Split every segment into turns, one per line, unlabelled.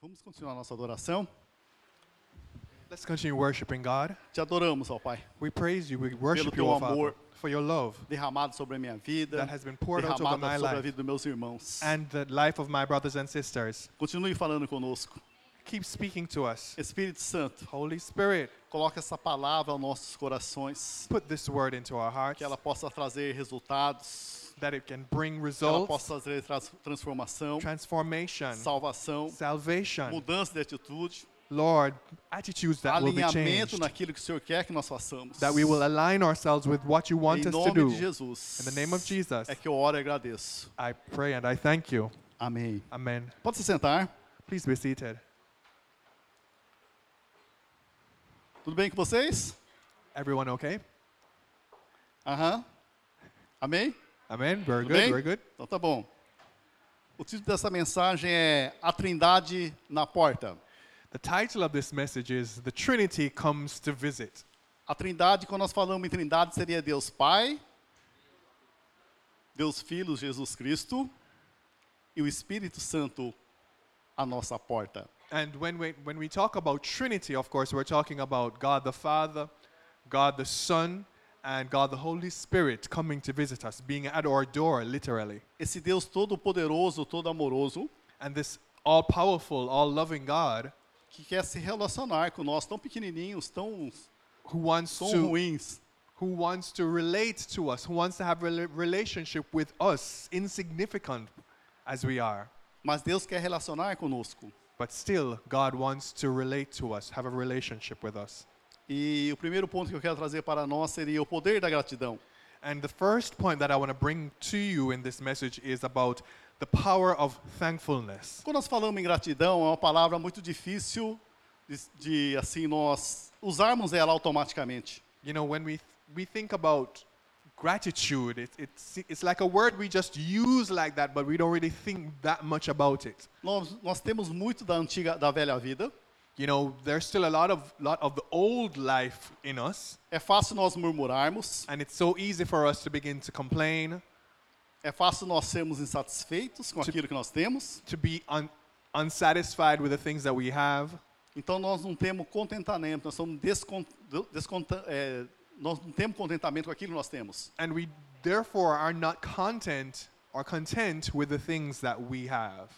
Vamos continuar nossa adoração.
Let's continue worshiping God.
Te adoramos, ó Pai,
We praise you. We worship you,
teu
O Father,
amor.
for your love
derramado sobre a minha vida,
that has been poured out over
derramado
my
sobre a
life
vida dos meus irmãos.
and the life of my brothers and sisters.
Continue falando conosco.
Keep speaking to us.
Espírito Santo,
Holy Spirit,
coloca essa palavra aos nossos corações,
put this word into our hearts
que ela possa trazer resultados,
that it can bring
que ela
results,
possa trazer trans- transformação,
transformation,
salvação,
salvation.
mudança de atitude,
Lord, attitudes that will be
alinhamento
changed,
naquilo que o Senhor quer que nós façamos.
that we will align ourselves with what you want
Em
us to
nome de
do.
Jesus.
In the name of Jesus.
É que eu oro e agradeço.
I pray and I thank you.
Amém.
Amen.
Pode se sentar.
Please be seated.
Tudo bem com vocês?
Everyone okay?
Aham. Amém?
Amen. Very
Tudo
good.
bem?
Very good.
Então tá bom. O título dessa mensagem é A Trindade na Porta.
The title of this message is The Trinity Comes to Visit.
A Trindade, quando nós falamos em Trindade, seria Deus Pai, Deus Filho, Jesus Cristo e o Espírito Santo à nossa porta.
And when we, when we talk about Trinity, of course, we're talking about God the Father, God the Son, and God the Holy Spirit coming to visit us, being at our door, literally.
Esse Deus todo poderoso, todo amoroso,
And this all powerful, all loving God
que quer se relacionar com nós, tão pequenininhos, tão,
who wants
tão
to
ruins.
who wants to relate to us, who wants to have a relationship with us, insignificant as we are.
Mas Deus quer relacionar conosco.
But still, God wants to relate to us, have a relationship with us.
E o primeiro ponto que eu quero trazer para nós seria o poder da gratidão.
And the first point that I want to bring to you in this message is about the power of thankfulness.
Quando nós falamos em gratidão, é uma palavra muito difícil de, de, assim nós usarmos ela automaticamente.
You know, when we, we think about gratitude, it, it's, it's like a word we just use like that, but we don't really think that much about it.
Nós, nós temos muito da antiga, da velha vida.
You know, there's still a lot of, lot of the old life in us,
É fácil nós murmurarmos,
and it's so easy for us to begin to complain,
é fácil nós sermos insatisfeitos com aquilo que nós temos.
to be un, unsatisfied with the things that we have.
Então nós não temos contentamento, nós somos descon, desconta- é, nós não temos contentamento com aquilo que nós temos.
and we therefore are not content or content with the things that we have.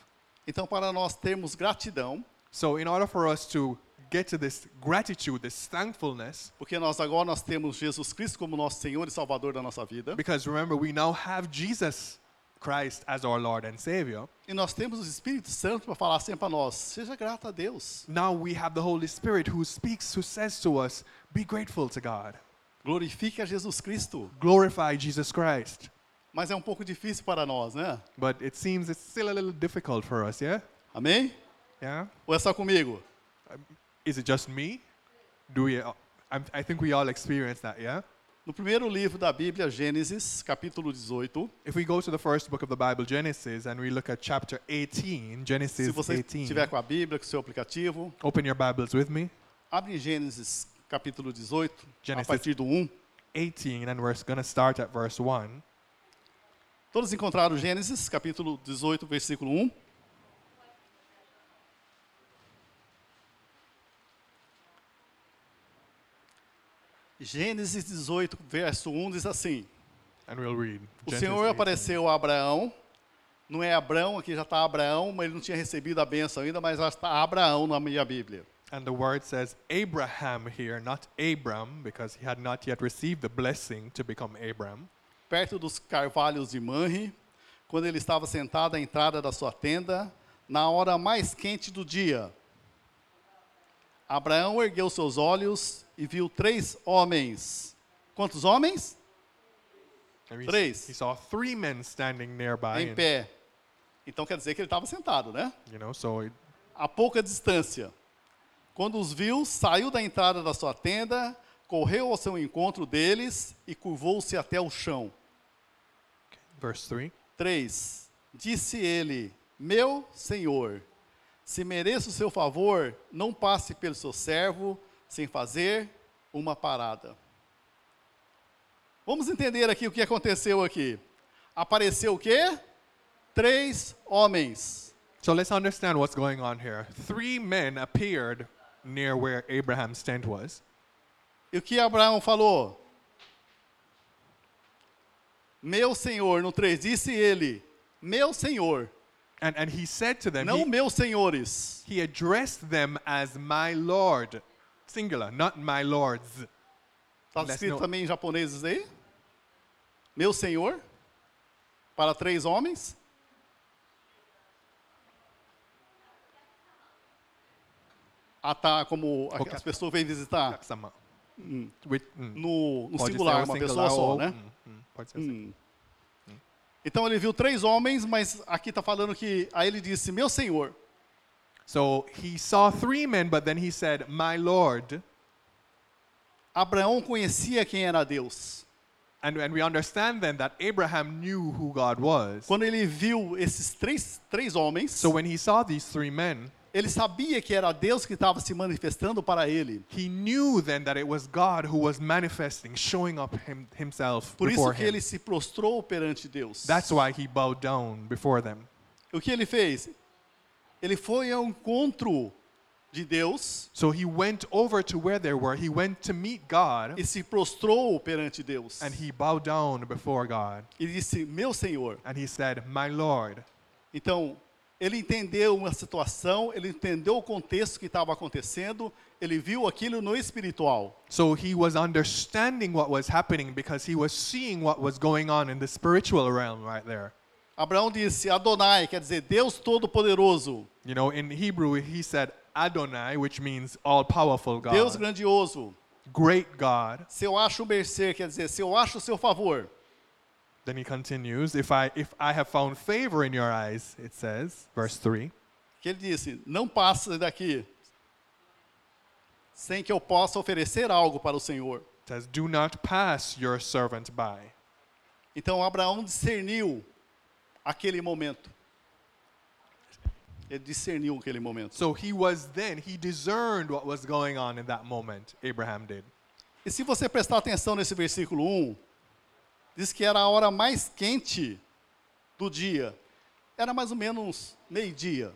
Então para nós termos gratidão,
So in order for us to get to this gratitude, this thankfulness,
porque nós agora nós temos Jesus Cristo como nosso Senhor e Salvador da nossa vida,
because remember we now have Jesus Christ as our Lord and Savior.
e nós temos o Espírito Santo para falar sempre para nós, seja grato a Deus,
Now we have the Holy Spirit who speaks, who says to us, be grateful to God.
glorifique a Jesus Cristo.
Glorify Jesus Christ.
Mas é um pouco difícil para nós, né?
But it seems it's still a little difficult for us, yeah?
Amém?
Yeah?
Ou é só comigo?
Is it just me? Do we I, I think we all experience that, yeah?
No primeiro livro da Bíblia, Gênesis, capítulo 18,
If we go to the first book of the Bible, Genesis, and we look at chapter 18,
se
Genesis
você
18,
tiver com a Bíblia, com o seu aplicativo,
open your Bibles with me.
abre em Gênesis, capítulo 18, a
Gênesis.
partir do 1.
18, and we're going to start at verse 1.
Todos encontraram Gênesis, capítulo 18, versículo 1. Gênesis 18, verso 1 diz assim:
And we'll read.
O
Genesis
Senhor
18.
apareceu a Abraão. Não é Abraão, aqui já está Abraão, mas ele não tinha recebido a bênção ainda, mas já está Abraão na minha Bíblia.
And the word says Abraham here, not Abram, because he had not yet received the blessing to become Abram.
perto dos carvalhos de Manre, quando ele estava sentado à entrada da sua tenda, na hora mais quente do dia. Abraão ergueu seus olhos e viu três homens. Quantos homens?
And he,
Três.
he saw three men standing nearby,
Em
and,
pé. Então quer dizer que ele estava sentado, né?
you know, so it,
A pouca distância. Quando os viu, saiu da entrada da sua tenda, correu ao seu encontro deles e curvou-se até o chão.
verse 3.
3. Disse ele: Meu senhor, se mereço o seu favor, não passe pelo seu servo sem fazer uma parada. Vamos entender aqui o que aconteceu aqui. Apareceu o quê? Três homens.
So let's understand what's going on here. Three men appeared near where Abraham's tent was.
E o que Abraão falou? Meu senhor, no 3, disse ele, meu senhor,
And, and he said to them,
não
he,
meus senhores.
he addressed them as my Lord, singular, not my lords.
Está
Less
Tá escrito
no-
também em japonês isso aí? Meu senhor, para três homens. Ah, tá, como a-
Ok.
as pessoas vêm visitar
Sama. With, mm.
no, no
Pode ser
singular,
o
uma
singular
pessoa só,
ou-
né?
mm, mm, pode ser
Hum.
assim.
Então ele viu três homens, mas aqui está falando que. Aí ele disse: Meu senhor.
So he saw three men, but then he said, My Lord.
Abraão conhecia quem era Deus.
And, and we understand then that Abraham knew who God was.
Quando ele viu esses três, três homens,
So when he saw these three men,
ele sabia que era Deus que estava se manifestando para ele.
he knew then that it was God who was manifesting, showing up him, himself
Por isso
before
que
him.
ele se prostrou perante Deus.
That's why he bowed down before them.
O que ele fez? Ele foi ao encontro de Deus
So he went over to where they were. He went to meet God
e se prostrou perante Deus.
and he bowed down before God.
E disse: Meu Senhor.
And he said, My Lord.
Então, ele entendeu uma situação, ele entendeu o contexto que estava acontecendo, ele viu aquilo no espiritual.
So he was understanding what was happening because he was seeing what was going on in the spiritual realm right there.
Abraão disse: Adonai, quer dizer Deus Todo-Poderoso,
You know, in Hebrew, he said Adonai, which means all powerful God,
Deus grandioso.
great God.
Se eu acho o mercê, quer dizer, se eu acho o seu favor,
Then he continues, if I, if I have found favor in your eyes, it says, verse 3.
que ele disse: Não passa daqui sem que eu possa oferecer algo para o Senhor.
It says, Do not pass your servant by.
Então Abraão discerniu aquele momento. Ele discerniu aquele momento.
So he was then, he discerned what was going on in that moment, Abraham did.
E se você prestar atenção nesse versículo 1, diz que era a hora mais quente do dia. Era mais ou menos meio-dia.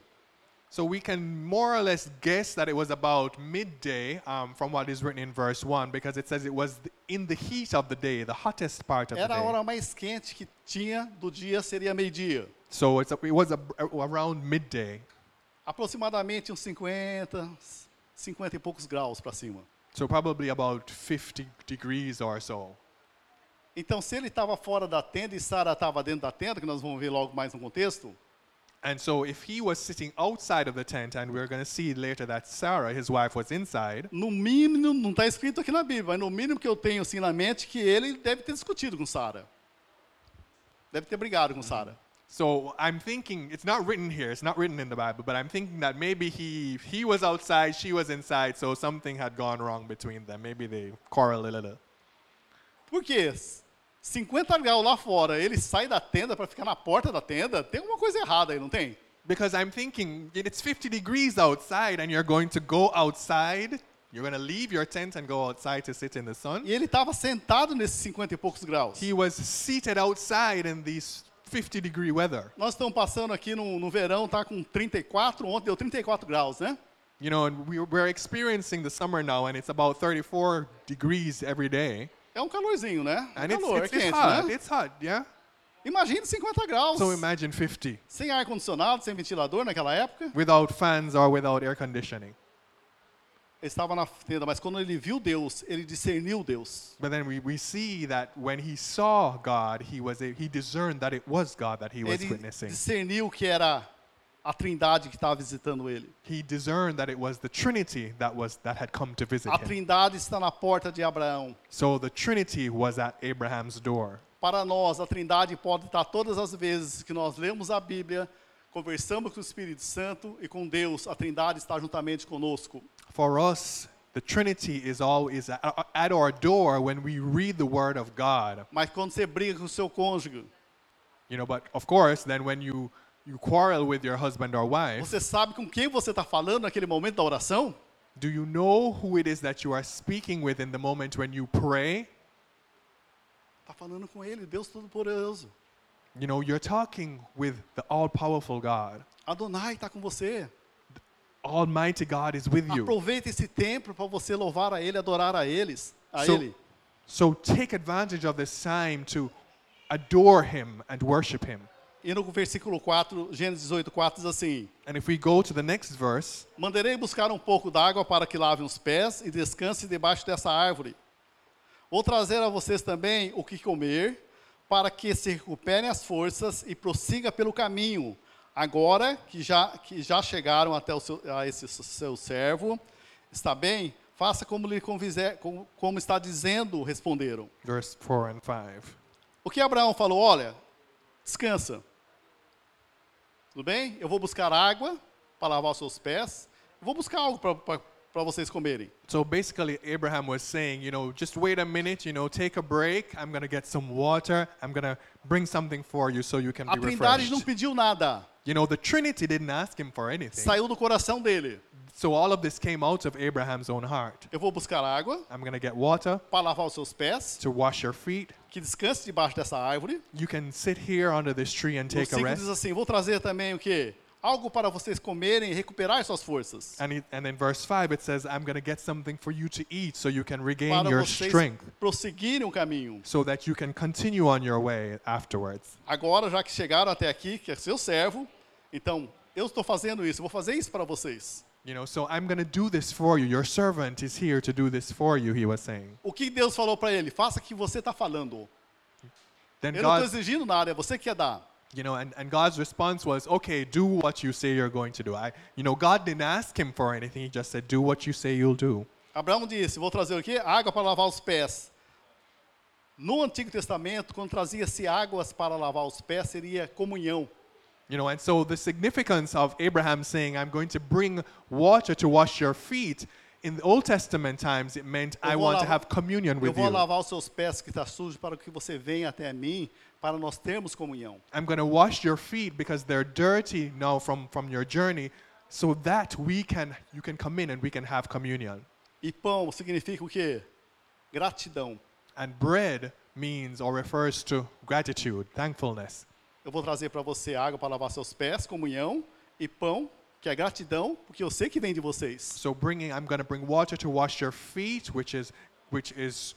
So we can more or less guess that it was about midday um, from what is written in verse 1 because it says it was th- in the heat of the day, the hottest part of the
Era a
day.
hora mais quente que tinha do dia, seria meio-dia.
So it's a, it was a, around midday.
Aproximadamente uns 50, 50 e poucos graus para cima.
So probably about 50 degrees or so.
Então, se ele estava fora da tenda e Sara estava dentro da tenda, que nós vamos ver logo mais no contexto,
And so if he was sitting outside of the tent, and we're going to see later that Sarah, his wife, was inside,
no mínimo, não está escrito aqui na Bíblia, mas no mínimo que eu tenho assim na mente que ele deve ter discutido com Sara. Deve ter brigado com Sara.
Uhum. So I'm thinking it's not written here, it's not written in the Bible, but I'm thinking that maybe he he was outside, she was inside, so something had gone wrong between them. Maybe they quarreled a little.
Por quê? 50 graus lá fora, ele sai da tenda para ficar na porta da tenda, tem alguma coisa errada aí, não tem?
Because I'm thinking it's 50 degrees outside and you're going to go outside, you're going to leave your tent and go outside to sit in the sun.
E ele estava sentado nesses 50 e poucos graus.
He was seated outside in these 50 degree weather.
Nós estamos passando aqui no, no verão, tá com 34, ontem deu 34 graus, né?
You know, and we, we're experiencing the summer now and it's about 34 degrees every day.
É um calorzinho, né? É
And it's,
calor,
it's,
é
it's
quente,
hot.
né?
It's hot, yeah?
Imagine 50 graus,
So imagine 50.
sem ar-condicionado, sem ventilador naquela época.
without fans or without air conditioning.
Ele estava na tenda, mas quando ele viu Deus, ele discerniu Deus.
But then we, we see that when he saw God, he was a, he discerned that it was God that he was
Ele
witnessing.
discerniu que era a trindade que estava visitando ele.
He discerned that it was the Trinity that was that had come to visit
A
him.
trindade está na porta de Abraão.
So the Trinity was at Abraham's door.
Para nós, a trindade pode estar todas as vezes que nós lemos a Bíblia, conversamos com o Espírito Santo e com Deus, a trindade está juntamente conosco.
For us, the Trinity is always at, at our door when we read the Word of God.
Mas quando você briga com o seu cônjuge,
You know, but of course, then when you you quarrel with your husband or wife,
você sabe com quem você está falando naquele momento da oração?
do you know who it is that you are speaking with in the moment when you pray?
Está Tá falando com ele, Deus Todo-Poderoso.
You know, you're talking with the all powerful God.
Adonai está com você.
Almighty God is with you.
Aproveita esse tempo para você louvar a Ele, adorar a eles, a
So-
Ele.
So take advantage of this time to adore Him and worship Him.
E no versículo 4, Gênesis 18, 4 diz assim:
And if we go to the next verse,
Mandarei buscar um pouco d'água para que lavem os pés e descanse debaixo dessa árvore. Vou trazer a vocês também o que comer, para que se recuperem as forças e prossiga pelo caminho, agora que já, que já chegaram até o seu, a esse s- seu servo. Está bem? Faça como lhe conviser, como, como está dizendo, responderam.
verse 4 and 5.
O que Abraão falou? Olha, descansa. Tudo bem? Eu vou buscar água para lavar os seus pés. Vou buscar algo para vocês comerem.
So basically, Abraham was saying, you know, just wait a minute, you know, take a break. I'm going to get some water. I'm going to bring something for you so you can
A
be
Trindade não
refreshed.
pediu nada.
You know, the Trinity didn't ask him for anything.
Saiu do coração dele.
So all of this came out of Abraham's own heart.
Eu vou buscar água
I'm going to get water
para lavar os seus pés,
to wash your feet.
que descanse debaixo dessa árvore.
You can sit here under this tree and
O
take a
5
rest.
diz assim: Vou trazer também o quê? Algo para vocês comerem e recuperar suas forças.
And, it, and in verse 5, it says, I'm going to get something for you to eat so you can regain
Para
your
vocês
strength
prosseguirem o caminho.
so that you can continue on your way afterwards.
agora já que chegaram até aqui, que é seu servo, então eu estou fazendo isso, eu vou fazer isso para vocês.
You know, so I'm going to do this for you. Your servant is here to do this for you, he was saying.
O que Deus falou para ele? Faça o que você está falando.
Then
Eu não estou
God,
exigindo nada, é você que quer dar.
you know, and, and God's response was, okay, do what you say you're going to do. I, you know, God didn't ask him for anything. He just said, do what you say you'll do.
Abraão disse: Vou trazer o quê? Água para lavar os pés. No Antigo Testamento, quando trazia-se águas para lavar os pés, seria comunhão.
You know, and so the significance of Abraham saying, I'm going to bring water to wash your feet, in the Old Testament times, it meant,
Eu
I
vou
want to
lavar-
have communion
Eu
with
vou
you.
lavar os seus pés que está sujo para que você venha até mim, para nós termos comunhão.
I'm going to wash your feet because they're dirty now from, from your journey, so that we can, you can come in and we can have communion.
E pão significa o quê? Gratidão.
And bread means or refers to gratitude, thankfulness.
Eu vou trazer para você água para lavar seus pés, comunhão e pão, que é gratidão, porque eu sei que vem de vocês.
So bringing, I'm going to bring water to wash your feet, which is, which is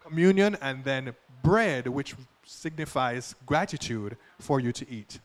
communion, and then bread, which signifies gratitude for you to eat.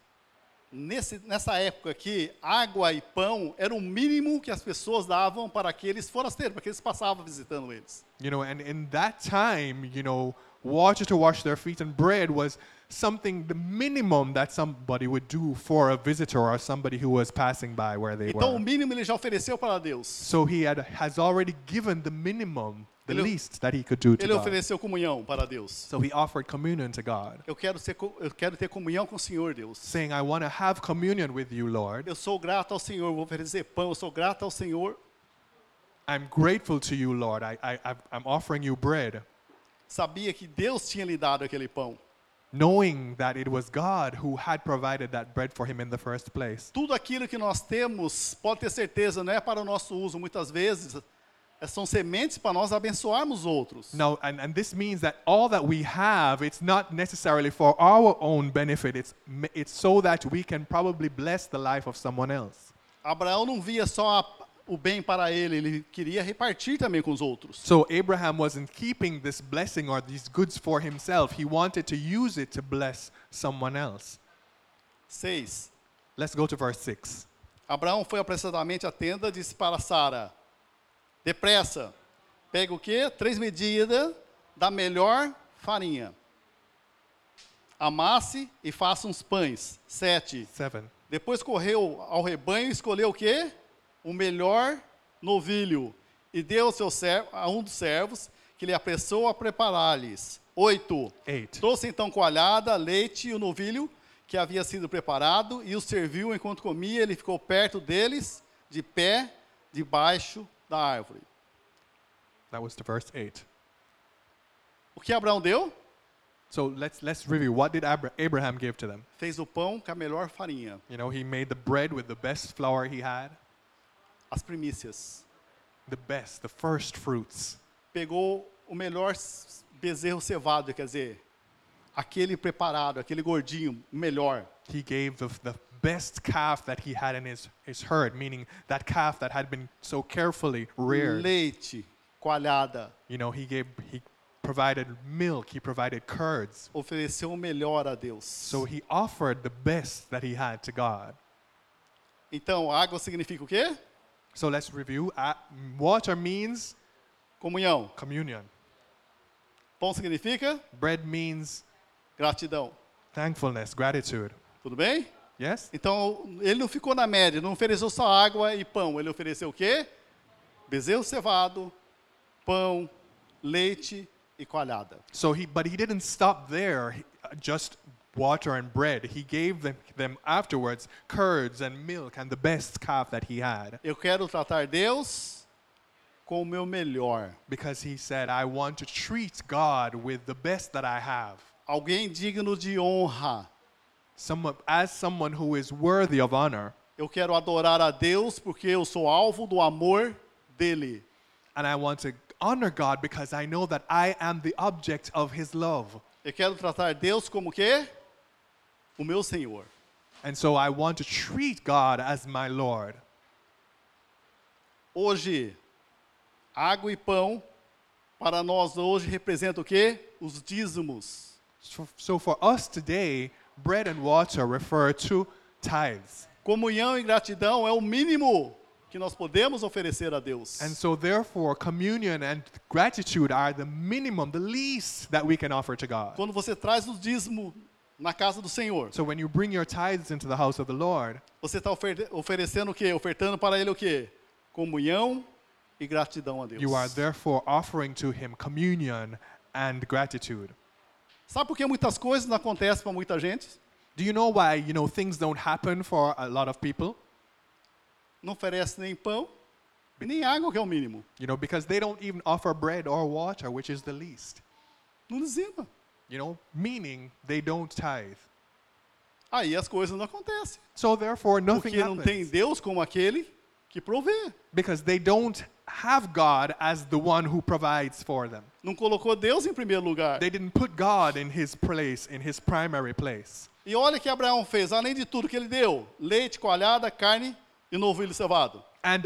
Nesse, nessa época aqui, água e pão era o mínimo que as pessoas davam para aqueles forasteiros, para aqueles que passavam visitando eles.
You know, and in that time, you know, water to wash their feet and bread was something, the minimum that somebody would do for a visitor or somebody who was passing by where they
Então, o
were.
mínimo ele já ofereceu para Deus.
So he had, has already given the minimum, the
Ele-
least that he could do to
Ele
God.
ofereceu comunhão para Deus.
So he offered communion to God,
Eu quero, ser, co- eu quero ter comunhão com o Senhor, Deus.
saying, I want to have communion with you, Lord.
Eu sou grato ao Senhor, vou oferecer pão, eu sou grato ao Senhor.
I'm grateful to you, Lord. I, I, I've- I'm offering you bread,
Sabia que Deus tinha lhe dado aquele pão.
knowing that it was God who had provided that bread for him in the first place.
Tudo aquilo que nós temos, pode ter certeza, não é para o nosso uso. Muitas vezes eh, são sementes para nós abençoarmos outros.
Now, and, and this means that all that we have, it's not necessarily for our own benefit. It's, m- it's so that we can probably bless the life of someone else.
Abraão não via só a- o bem para ele, ele queria repartir também com os outros.
So Abraham wasn't keeping this blessing or these goods for himself. He wanted to use it to bless someone else.
Seis.
Let's go to verse 6.
Abraão foi apressadamente à tenda e disse para Sara: Depressa, pega o quê? Três medidas da melhor farinha. Amasse e faça uns pães. Sete.
7.
Depois correu ao rebanho e escolheu o quê? O melhor novilho. E deu ao seu servo, a um dos servos, que lhe apressou a preparar-lhes. Oito.
8.
Trouxe então coalhada, leite e o novilho que havia sido preparado e o serviu enquanto comia. Ele ficou perto deles, de pé, debaixo da árvore.
That was to verse 8.
O que Abraão deu?
So let's, let's review. What did Abra- Abraham give to them?
Fez o pão com a melhor farinha,
You know, he made the bread with the best flour he had,
as primícias.
the best, the first fruits.
Pegou o melhor s- bezerro cevado, quer dizer, aquele preparado, aquele gordinho melhor.
He gave the, the best calf that he had in his, his herd, meaning that calf that had been so carefully reared.
Leite, coalhada,
You know, he gave he provided milk, he provided curds.
ofereceu o melhor a Deus.
So he offered the best that he had to God.
Então, água significa o quê?
So let's review. Uh, water means
Comunhão.
communion.
Pão significa
Bread means
gratidão.
thankfulness, gratitude.
Tudo bem?
Yes?
Então, ele não ficou na média, não ofereceu só água e pão. Ele ofereceu o quê? Bezerro cevado, pão, leite e coalhada.
So he, but he didn't stop there, he- uh, just water and bread. He gave them, them afterwards curds and milk and the best calf that he had
Eu quero tratar Deus com o meu melhor.
because he said, I want to treat God with the best that I have.
Alguém digno de honra.
Someone, as someone who is worthy of honor.
Eu quero adorar a Deus porque eu sou alvo do amor dele.
And I want to honor God because I know that I am the object of his love.
Eu quero tratar Deus como o quê? O meu Senhor.
And so I want to treat God as my Lord.
Hoje, água e pão para nós hoje representa o quê? Os dízimos.
So, so for us today, bread and water refer to tithes.
Comunhão e gratidão é o mínimo que nós podemos oferecer a Deus.
And so, therefore, communion and gratitude are the minimum, the least that we can offer to God.
Quando você traz o dízimo na casa do Senhor,
So, when you bring your tithes into the house of the Lord,
você está oferte- oferecendo o quê? Ofertando para Ele o quê? Comunhão e gratidão a Deus.
you are therefore offering to Him communion and gratitude.
Sabe por que muitas coisas não acontecem para muita gente?
Do you know why you know things don't happen for a lot of people?
Não oferece nem pão e nem água, que é o mínimo.
You know, because they don't even offer bread or water, which is the least.
Não dizima.
You know, meaning they don't tithe.
Aí as coisas não acontecem.
So therefore, nothing
Porque não tem
happens
Deus como aquele que provê.
because they don't have God as the one who provides for them.
Não colocou Deus em primeiro lugar.
They didn't put God in his place, in his primary place.
E olha o que Abraão fez, além de tudo que ele deu: leite, coalhada, carne e novilho cevado.
And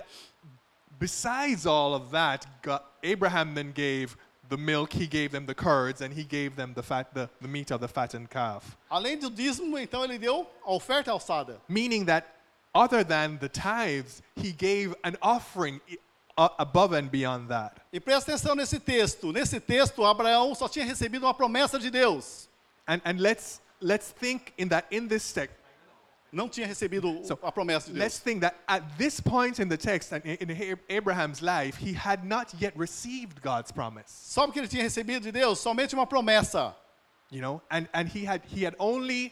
besides all of that, Go- Abraham then gave the milk, he gave them the curds, and he gave them the, fat, the, the meat of the fattened calf.
Além do dízimo, então ele deu a oferta alçada.
Meaning that other than the tithes, he gave an offering i- a- above and beyond that.
E presta atenção nesse texto. Nesse texto, Abraão só tinha recebido uma promessa de Deus.
And, and let's, let's think in that in this text,
Não tinha recebido
So,
a promessa de
let's
Deus.
think that at this point in the text and in in Ab- Abraham's life, he had not yet received God's promise.
Sabe o que ele tinha recebido de Deus? Somente uma promessa.
you know and and he had he had only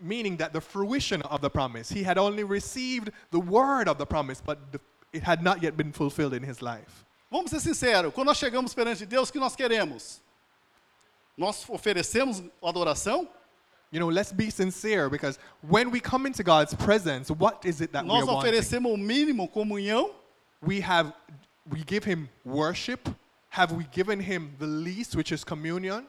meaning that the fruition of the promise he had only received the word of the promise but the, it had not yet been fulfilled in his life
Vamos ser sinceros, quando nós chegamos perante Deus, o que nós queremos? Nós oferecemos adoração?
you know let's be sincere because when we come into god's presence what is it that we
Nós
are wanting?
oferecemos o mínimo, comunhão?
we have we give him worship have we given him the least which is communion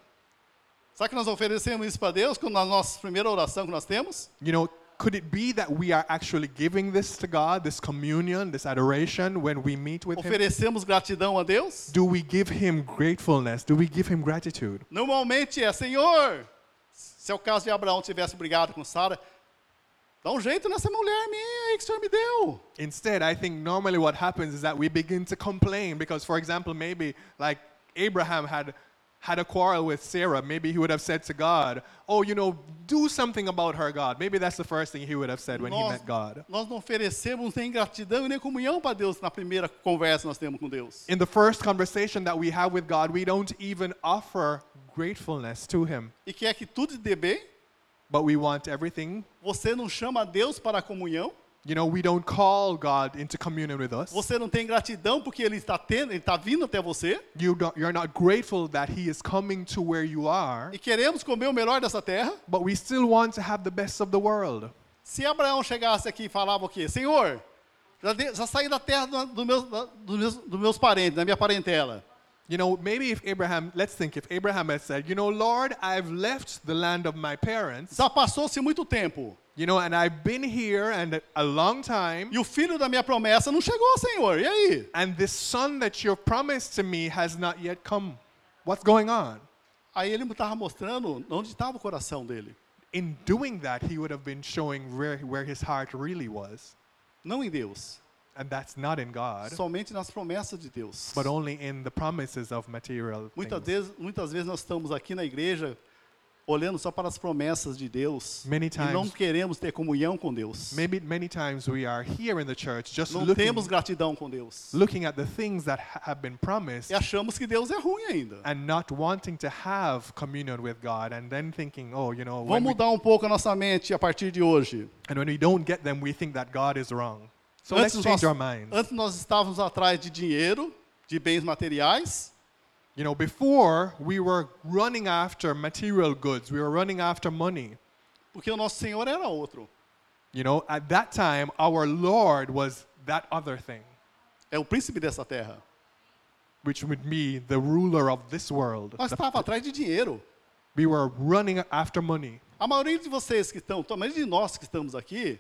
Será que nós oferecemos isso para Deus quando na nossa primeira oração que nós temos?
you know could it be that we are actually giving this to god this communion this adoration when we meet with him
Oferecemos gratidão a Deus?
Do we give him gratefulness? Do we give him gratitude?
Normalmente é, Senhor, se é o caso de Abraão tivesse brigado com Sara, dá um jeito nessa mulher minha aí que o Senhor me deu.
Instead, I think normally what happens is that we begin to complain because, for example, maybe like Abraham had had a quarrel with Sarah, maybe he would have said to God, "Oh, you know, do something about her, God." Maybe that's the first thing he would have said when he
Nós,
met God.
nós não oferecemos nem gratidão e nem comunhão para Deus na primeira conversa que nós temos com Deus.
In the first conversation that we have with God, we don't even offer gratefulness to him,
E quer que tudo dê bem?
but we want everything.
Você não chama Deus para a comunhão?
You know, we don't call God into communion with us.
Você não tem gratidão porque Ele está tendo, Ele está vindo até você?
You don't, you're not grateful that he is coming to where you are.
E queremos comer o melhor dessa terra?
But we still want to have the best of the world.
Se Abraão chegasse aqui e falava o quê? Senhor, já, de- já saí da terra do, do meus, da- dos meus- dos meus parentes, da minha parentela.
You know, maybe if Abraham, let's think, if Abraham had said, You know, Lord, I've left the land of my parents,
Já passou-se muito tempo
you know, and I've been here and a long time,
e o filho da minha promessa não chegou, Senhor. E aí?
and this son that you've promised to me has not yet come. What's going on?
Aí ele estava mostrando onde estava o coração dele,
In doing that, he would have been showing where, where his heart really was,
não em Deus,
and that's not in God,
somente nas promessas de Deus.
but only in the promises of material.
Muitas
things.
vezes, muitas vezes nós estamos aqui na igreja olhando só para as promessas de Deus
Many
e não
times.
queremos ter comunhão com Deus.
Maybe many times we are here in the church just
Não
looking,
temos gratidão com Deus
looking at the things that ha- have been promised
e achamos que Deus é ruim ainda.
and not wanting to have communion with God and then thinking, oh, you know, when
Vamos
we,
mudar um pouco a nossa mente a partir de hoje.
and when we don't get them, we think that God is wrong. So
antes,
let's
nós,
change our minds.
antes nós estávamos atrás de dinheiro, de bens materiais,
You know, before we were running after material goods, we were running after money.
porque o nosso Senhor era outro.
You know, at that time, our Lord was that other thing,
É o príncipe dessa terra.
which would be the ruler of this world.
Nós estávamos atrás de dinheiro.
We were running after money.
A maioria de vocês que estão, a maioria de nós que estamos aqui,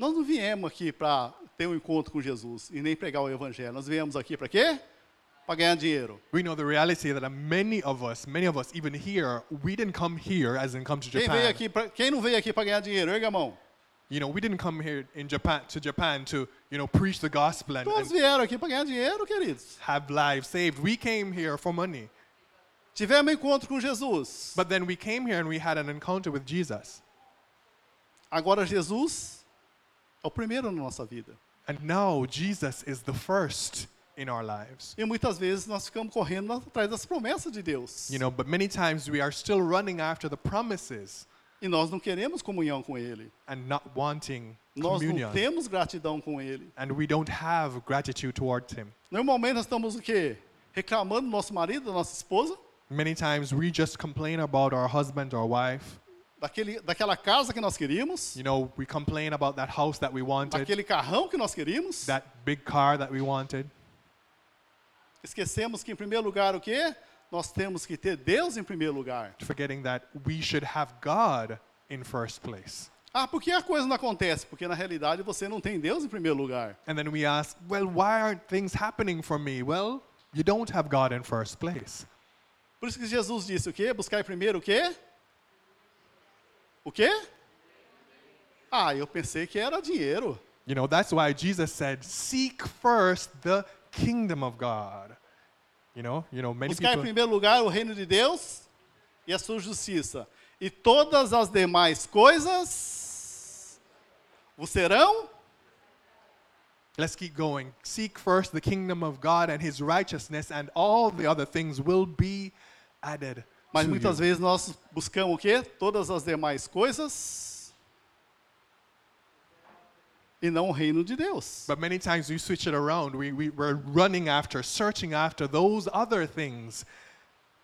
nós não viemos aqui para ter um encontro com Jesus e nem pregar o evangelho. Nós viemos aqui para quê? Para ganhar dinheiro.
We know the reality that uh, many of us, many of us, even here, we didn't come here as in come to
Quem, veio
Japan.
aqui pra, quem não veio aqui para ganhar dinheiro, erga a mão.
You know, we didn't come here in Japan to Japan to you know preach the gospel and,
Todos
and
vieram aqui para ganhar dinheiro, queridos.
have lives saved. We came here for money,
Tivemos um encontro com Jesus.
but then we came here and we had an encounter with Jesus,
Agora Jesus é o primeiro na nossa vida.
and now Jesus is the first in our lives.
E muitas vezes nós ficamos correndo atrás das promessas de Deus.
You know, but many times we are still running after the promises
E nós não queremos comunhão com Ele.
and not wanting
Nós não
communion,
temos gratidão com Ele.
and we don't have gratitude towards Him.
Normalmente nós estamos o quê? Reclamando do nosso marido, da nossa esposa,
Many times we just complain about our husband or wife.
daquele, daquela casa que nós queríamos,
You know, we complain about that house that we wanted,
daquele carrão que nós queríamos.
that big car that we wanted.
Esquecemos que em primeiro lugar o quê? Nós temos que ter Deus em primeiro lugar.
forgetting that we should have God in first place.
Ah, por que a coisa não acontece? Porque na realidade você não tem Deus em primeiro lugar.
And then we ask, well, why aren't things happening for me? Well, you don't have God in first place.
Por isso que Jesus disse o quê? Buscar primeiro o quê? O quê? Ah, eu pensei que era dinheiro.
You know, that's why Jesus said, seek first the kingdom of God. You know, you know, many
Buscar em
people,
primeiro lugar o reino de Deus e a sua justiça. E todas as demais coisas vos serão.
let's keep going. Seek first the kingdom of God and his righteousness and all the other things will be added.
Mas
to
muitas
you.
vezes nós buscamos o quê? Todas as demais coisas e não o reino de Deus.
But many times we switch it around. We, we, we're running after, searching after those other things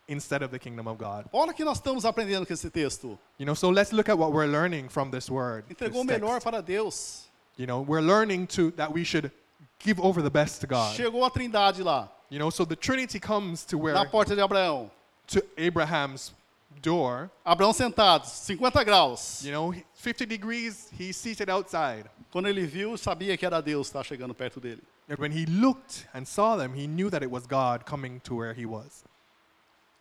instead of the kingdom of God.
Olha o que nós estamos aprendendo com esse texto.
You know, so let's look at what we're learning from this word. this
Entregou o melhor
text.
para Deus.
You know, we're learning to that we should give over the best to God.
Chegou a trindade lá,
You know, so the Trinity comes to
na
where
porta de Abraão.
to Abraham's door.
Abraão sentado, 50 graus.
You know, he- 50 degrees, he's seated outside.
Quando ele viu, sabia que era Deus que estava chegando perto dele.
And when he looked and saw them, he knew that it was God coming to where he was.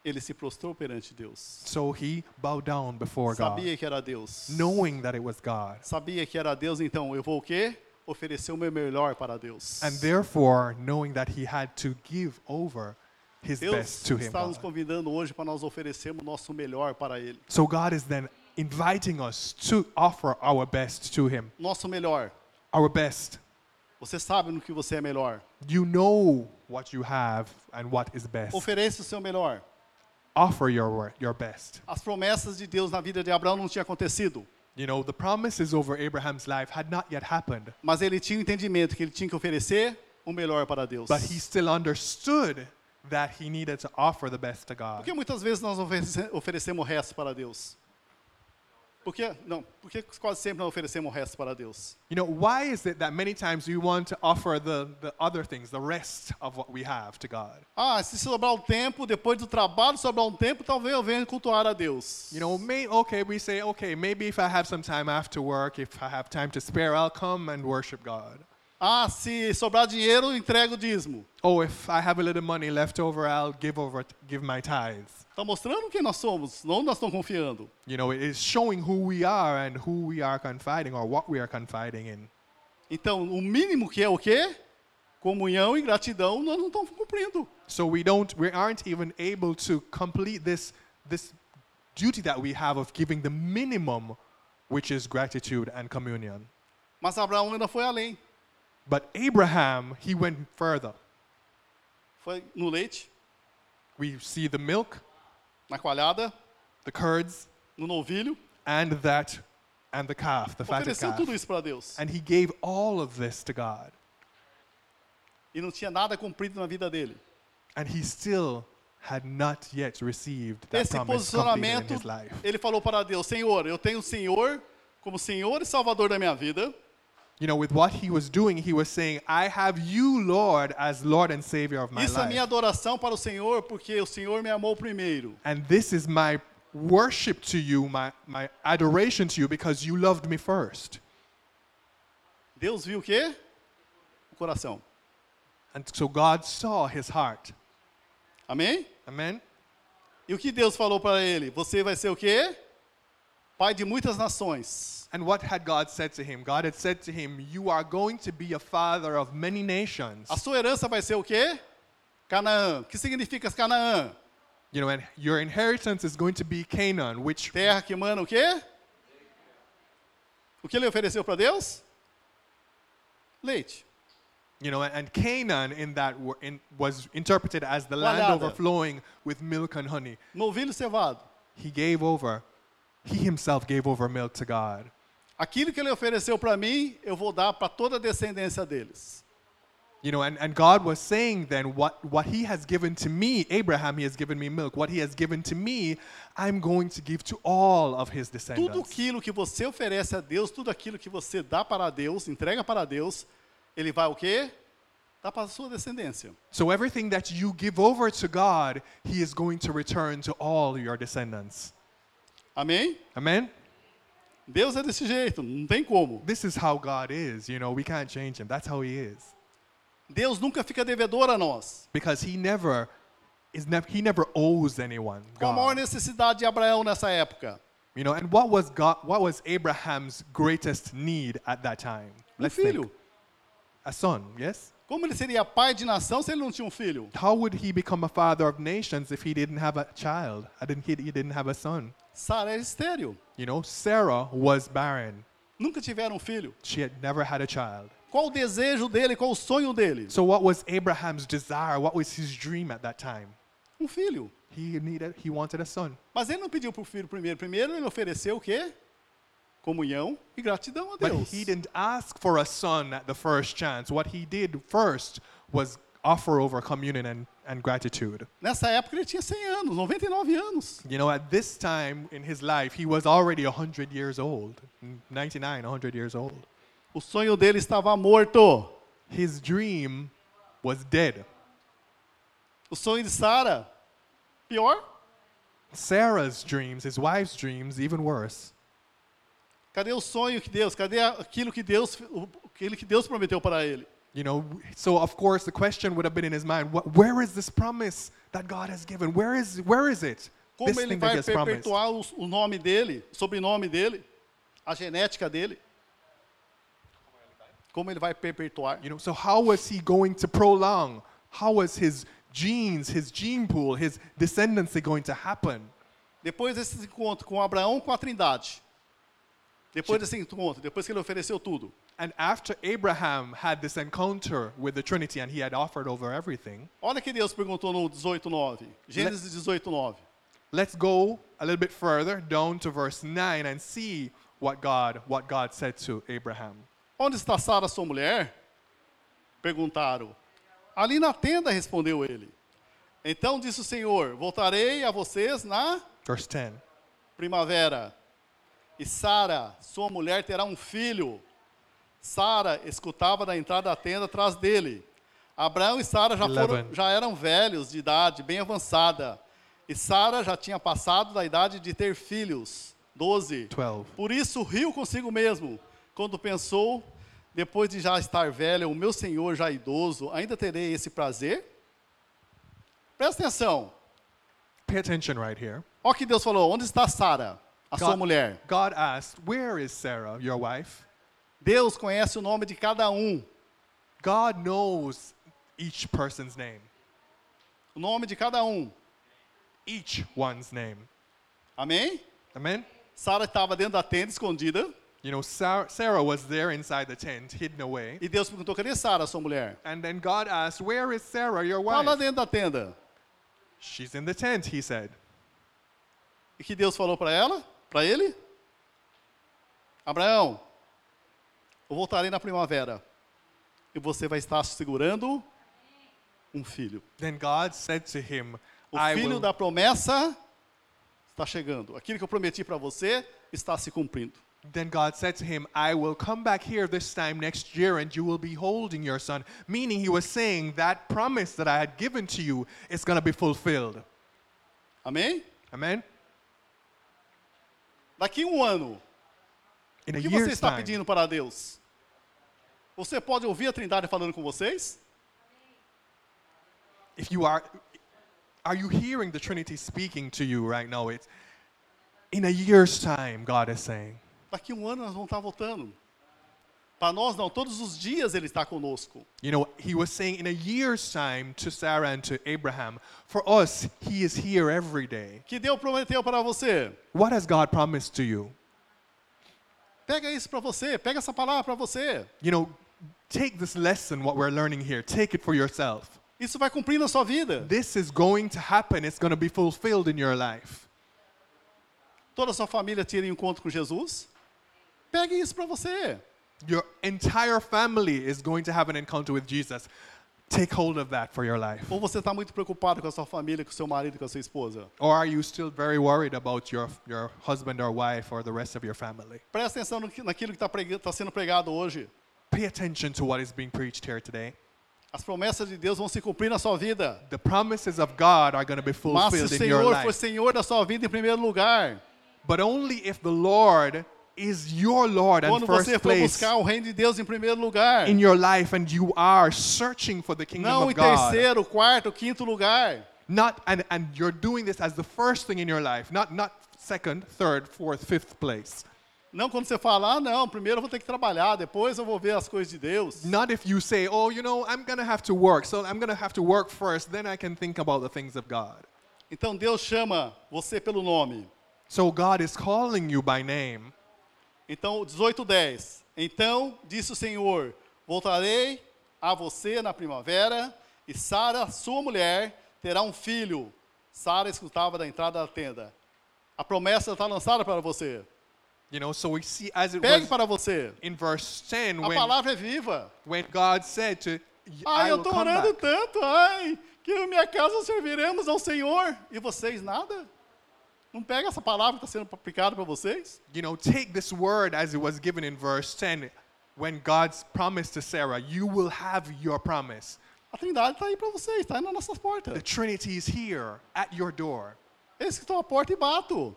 Ele se prostrou perante Deus.
So he bowed down before God, é.
Sabia que era Deus.
knowing that it was God.
Sabia que era Deus, então eu vou o quê? Oferecer o meu melhor para Deus.
And therefore, knowing that he had to give over his
Deus
best to him.
está nos
God.
convidando hoje para nós oferecermos o nosso melhor para Ele.
So God is then inviting us to offer our best to Him.
Nosso melhor.
Our best.
Você sabe no que você é melhor.
You know what you have and what is best.
Ofereça o seu melhor.
Offer your wor- your best.
As promessas de Deus na vida de Abraão não tinham acontecido,
You know, the promises over Abraham's life had not yet happened,
mas ele tinha o entendimento que ele tinha que oferecer o melhor para Deus.
but he still understood that he needed to offer the best to God.
Porque muitas vezes nós oferece- oferecemos o resto para Deus. Porque, não, porque quase sempre não oferecemos o resto para Deus?
You know, why is it that many times we want to offer the, the other things, the rest of what we have to God?
Ah, se sobrar um tempo, depois do trabalho, sobrar um tempo, talvez eu venha cultuar a Deus.
You know, may, okay, we say, okay, maybe if I have some time after work, if I have time to spare, I'll come and worship God.
Ah, se sobrar dinheiro, eu entrego o dízimo.
Oh, if I have a little money left over, I'll give over, give my tithes.
Está Tá mostrando quem nós somos, não nós estamos confiando.
You know, it is showing who we are and who we are confiding or what we are confiding in.
Então, o mínimo que é o quê? Comunhão e gratidão, nós não estamos cumprindo.
So we don't, we aren't even able to complete this this duty that we have of giving the minimum, which is gratitude and communion.
Mas Abraão ainda foi além.
But Abraham, he went further.
Foi no leite,
We see the milk,
na coalhada,
the curds,
no novilho,
and that, and the calf, the fatted
ofereceu
calf,
tudo isso para Deus.
and he gave all of this to God,
E não tinha nada cumprido na vida dele.
and he still had not yet received that
Esse
promise completed
posicionamento,
in his life.
ele falou para Deus: Senhor, eu tenho o Senhor como Senhor e Salvador da minha vida.
You know, with what he was doing, he was saying, "I have you, Lord, as Lord and Savior of my
Isso é
life."
minha adoração para o Senhor, porque o Senhor me amou primeiro.
And this is my worship to you, my, my adoration to you, because you loved me first.
Deus viu o quê? O coração.
And so God saw his heart.
Amém?
Amen?
E o que Deus falou para ele? Você vai ser o quê? Pai de muitas nações.
And what had God said to him? God had said to him, You are going to be a father of many nations.
A sua herança vai ser o quê? Canaã. O que significa Canaã?
You know, and your inheritance is going to be Canaan, which
Terra que mana o quê? O que ele ofereceu para Deus? Leite.
you know, and Canaan in that were in, was interpreted as the land
Guardada.
overflowing with milk and honey.
Novilho cevado.
He gave over, he himself gave over milk to God.
Aquilo que ele ofereceu para mim, eu vou dar para toda a descendência deles.
You know, and, and God was saying then, what, what He has given to me, Abraham, He has given me milk. What He has given to me, I'm going to give to all of His
Tudo
descendants.
aquilo que você oferece a Deus, tudo aquilo que você dá para Deus, entrega para Deus, ele vai o quê? Dá para a sua descendência.
So everything that you give over to God, He is going to return to all your descendants.
Amém?
Amen?
Deus é desse jeito, não tem como.
This is how God is. You know, we can't change Him. That's how He is.
Deus nunca fica devedor a nós.
Because He never is nev- He never owes anyone.
Qual a maior
God.
necessidade de Abraão nessa época?
You know, and what was God what was Abraham's greatest need at that time?
Um
Let's
filho.
think. A son, yes?
Como ele seria pai de nação se ele não tinha um filho?
How would he become a father of nations if he didn't have a child? I didn't he, he didn't have a son.
Sara era estéril.
You know, Sarah was barren.
Nunca tiveram um filho.
She had never had a child.
Qual o desejo dele? Qual o sonho dele?
So what was Abraham's desire? What was his dream at that time?
Um filho.
He needed he wanted a son.
Mas ele não pediu para o filho primeiro. Primeiro ele ofereceu o quê? Comunhão e gratidão a
But
Deus.
he didn't ask for a son at the first chance. What he did first was offer over communion and, and gratitude.
Nessa época ele tinha 100 anos, 99 anos.
You know, at this time in his life, he was already 100 years old, 99, 100 years old.
O sonho dele estava morto.
His dream was dead.
O sonho de Sara, pior.
Sarah's dreams, his wife's dreams, even worse.
Cadê o sonho que Deus? Cadê a- aquilo que Deus, o- aquilo que Deus prometeu para ele?
You know, so of course the question would have been in his mind, what, where is this promise that God has given? Where is where is it?
Como
This
ele
thing that he
vai
has promised.
perpetuar o, o nome dele, o sobrenome dele, a genética dele? Como ele vai perpetuar?
You know, so how was he going to prolong? How was his genes, his gene pool, his descendancy going to happen?
Depois desse encontro com Abraão, com a Trindade. Depois desse encontro, depois que ele ofereceu tudo.
And after Abraham had this encounter with the Trinity and he had offered over everything,
Olha que Deus perguntou no 18:9, Gênesis 18:9.
let's go a little bit further down to verse 9 and see what God what God said to Abraham.
Onde está Sara, sua mulher? Perguntaram. Ali na tenda, respondeu ele. Então disse o Senhor: Voltarei a vocês na
Verse 10.
primavera. E Sara, sua mulher, terá um filho. Sara escutava da entrada da tenda atrás dele. Abraão e Sara já, foram,
Eleven.
já eram velhos de idade, bem avançada. E Sara já tinha passado da idade de ter filhos. 12.
12.
Por isso riu consigo mesmo, quando pensou, depois de já estar velha, o meu senhor já idoso, ainda terei esse prazer? Presta atenção.
Pay attention right here.
Olha o que Deus falou: onde está Sara, a sua
God-
mulher?
God asked, Where is Sarah, your wife?
Deus conhece o nome de cada um.
God knows each person's name,
O nome de cada um.
each one's name.
Amém?
Amen?
Sara estava dentro da tenda, escondida,
You know, Sar- Sarah was there inside the tent, hidden away.
e Deus perguntou: cadê Sara, a sua mulher?
And then God asked, Where is Sarah, your
Está lá
wife?
dentro da tenda.
She's in the tent, he said.
E que Deus falou para ela, para ele? Abraão, eu voltarei na primavera e você vai estar segurando um filho.
Then God said to him,
O
I
filho
will,
da promessa está chegando. Aquilo que eu prometi para você está se cumprindo.
Then God said to him, I will come back here this time next year and you will be holding your son. Meaning, he was saying that promise that I had given to you is going to be fulfilled.
Amém?
Amen?
Daqui um ano,
In
o
a
que você
year's
está
time.
pedindo para Deus? Você pode ouvir a Trindade falando com vocês?
If you are, are you hearing the Trinity speaking to you right now? It's in a year's time, God is saying.
Daqui um ano nós vamos estar voltando. Para nós não, todos os dias Ele está conosco.
You know, he was saying in a year's time to Sarah and to Abraham, for us, he is here every day.
que Deus prometeu para você.
What has God promised to you?
Pega isso para você, pega essa palavra para você.
You know, take this lesson, what we're learning here, take it for yourself.
Isso vai cumprir na sua vida.
This is going to happen, it's going to be fulfilled in your life.
Toda a sua família tira encontro com Jesus. Pegue isso para você.
Your entire family is going to have an encounter with Jesus. Take hold of that for your life.
Ou você está muito preocupado com a sua família, com o seu marido, com a sua esposa?
Or are you still very worried about your, your husband or wife or the rest of your family?
Presta atenção no que- naquilo que está tá sendo pregado hoje.
Pay attention to what is being preached here today.
As promessas de Deus vão se cumprir na sua vida.
The promises of God are going to be
Mas se o
fulfilled in your
Senhor for
life.
Senhor da sua vida em primeiro lugar,
But only if the Lord is your Lord and
quando
first
você for
place
buscar o reino de Deus em primeiro lugar,
in your life and you are searching for the kingdom
não em
of God.
terceiro, quarto, quinto lugar.
Not and, and you're doing this as the first thing in your life, not not second, third, fourth, fifth place.
Não quando você fala, ah, não, primeiro eu vou ter que trabalhar, depois eu vou ver as coisas de Deus.
Not if you say, "Oh, you know, I'm going to have to work. So I'm going to have to work first, then I can think about the things of God."
Então Deus chama você pelo nome.
So God is calling you by name.
Então, 18:10. Então disse o Senhor: Voltarei a você na primavera, e Sara, sua mulher, terá um filho. Sara escutava da entrada da tenda. A promessa está lançada para você.
You know, so we see as it
Pegue
was
para você.
in verse 10
A
when
palavra é viva.
when God said to y-
Ai,
I
eu
will
estou
come
orando
back.
tanto, ai, que em minha casa serviremos ao Senhor. E vocês nada? Não pega essa palavra que está sendo aplicada para vocês?
You know, take this word as it was given in verse 10 when God's promise to Sarah, you will have your promise.
A Trindade está aí para vocês, está aí nas nossas
The
portas.
Trinity is here at your door.
Eis que estou à porta e bato.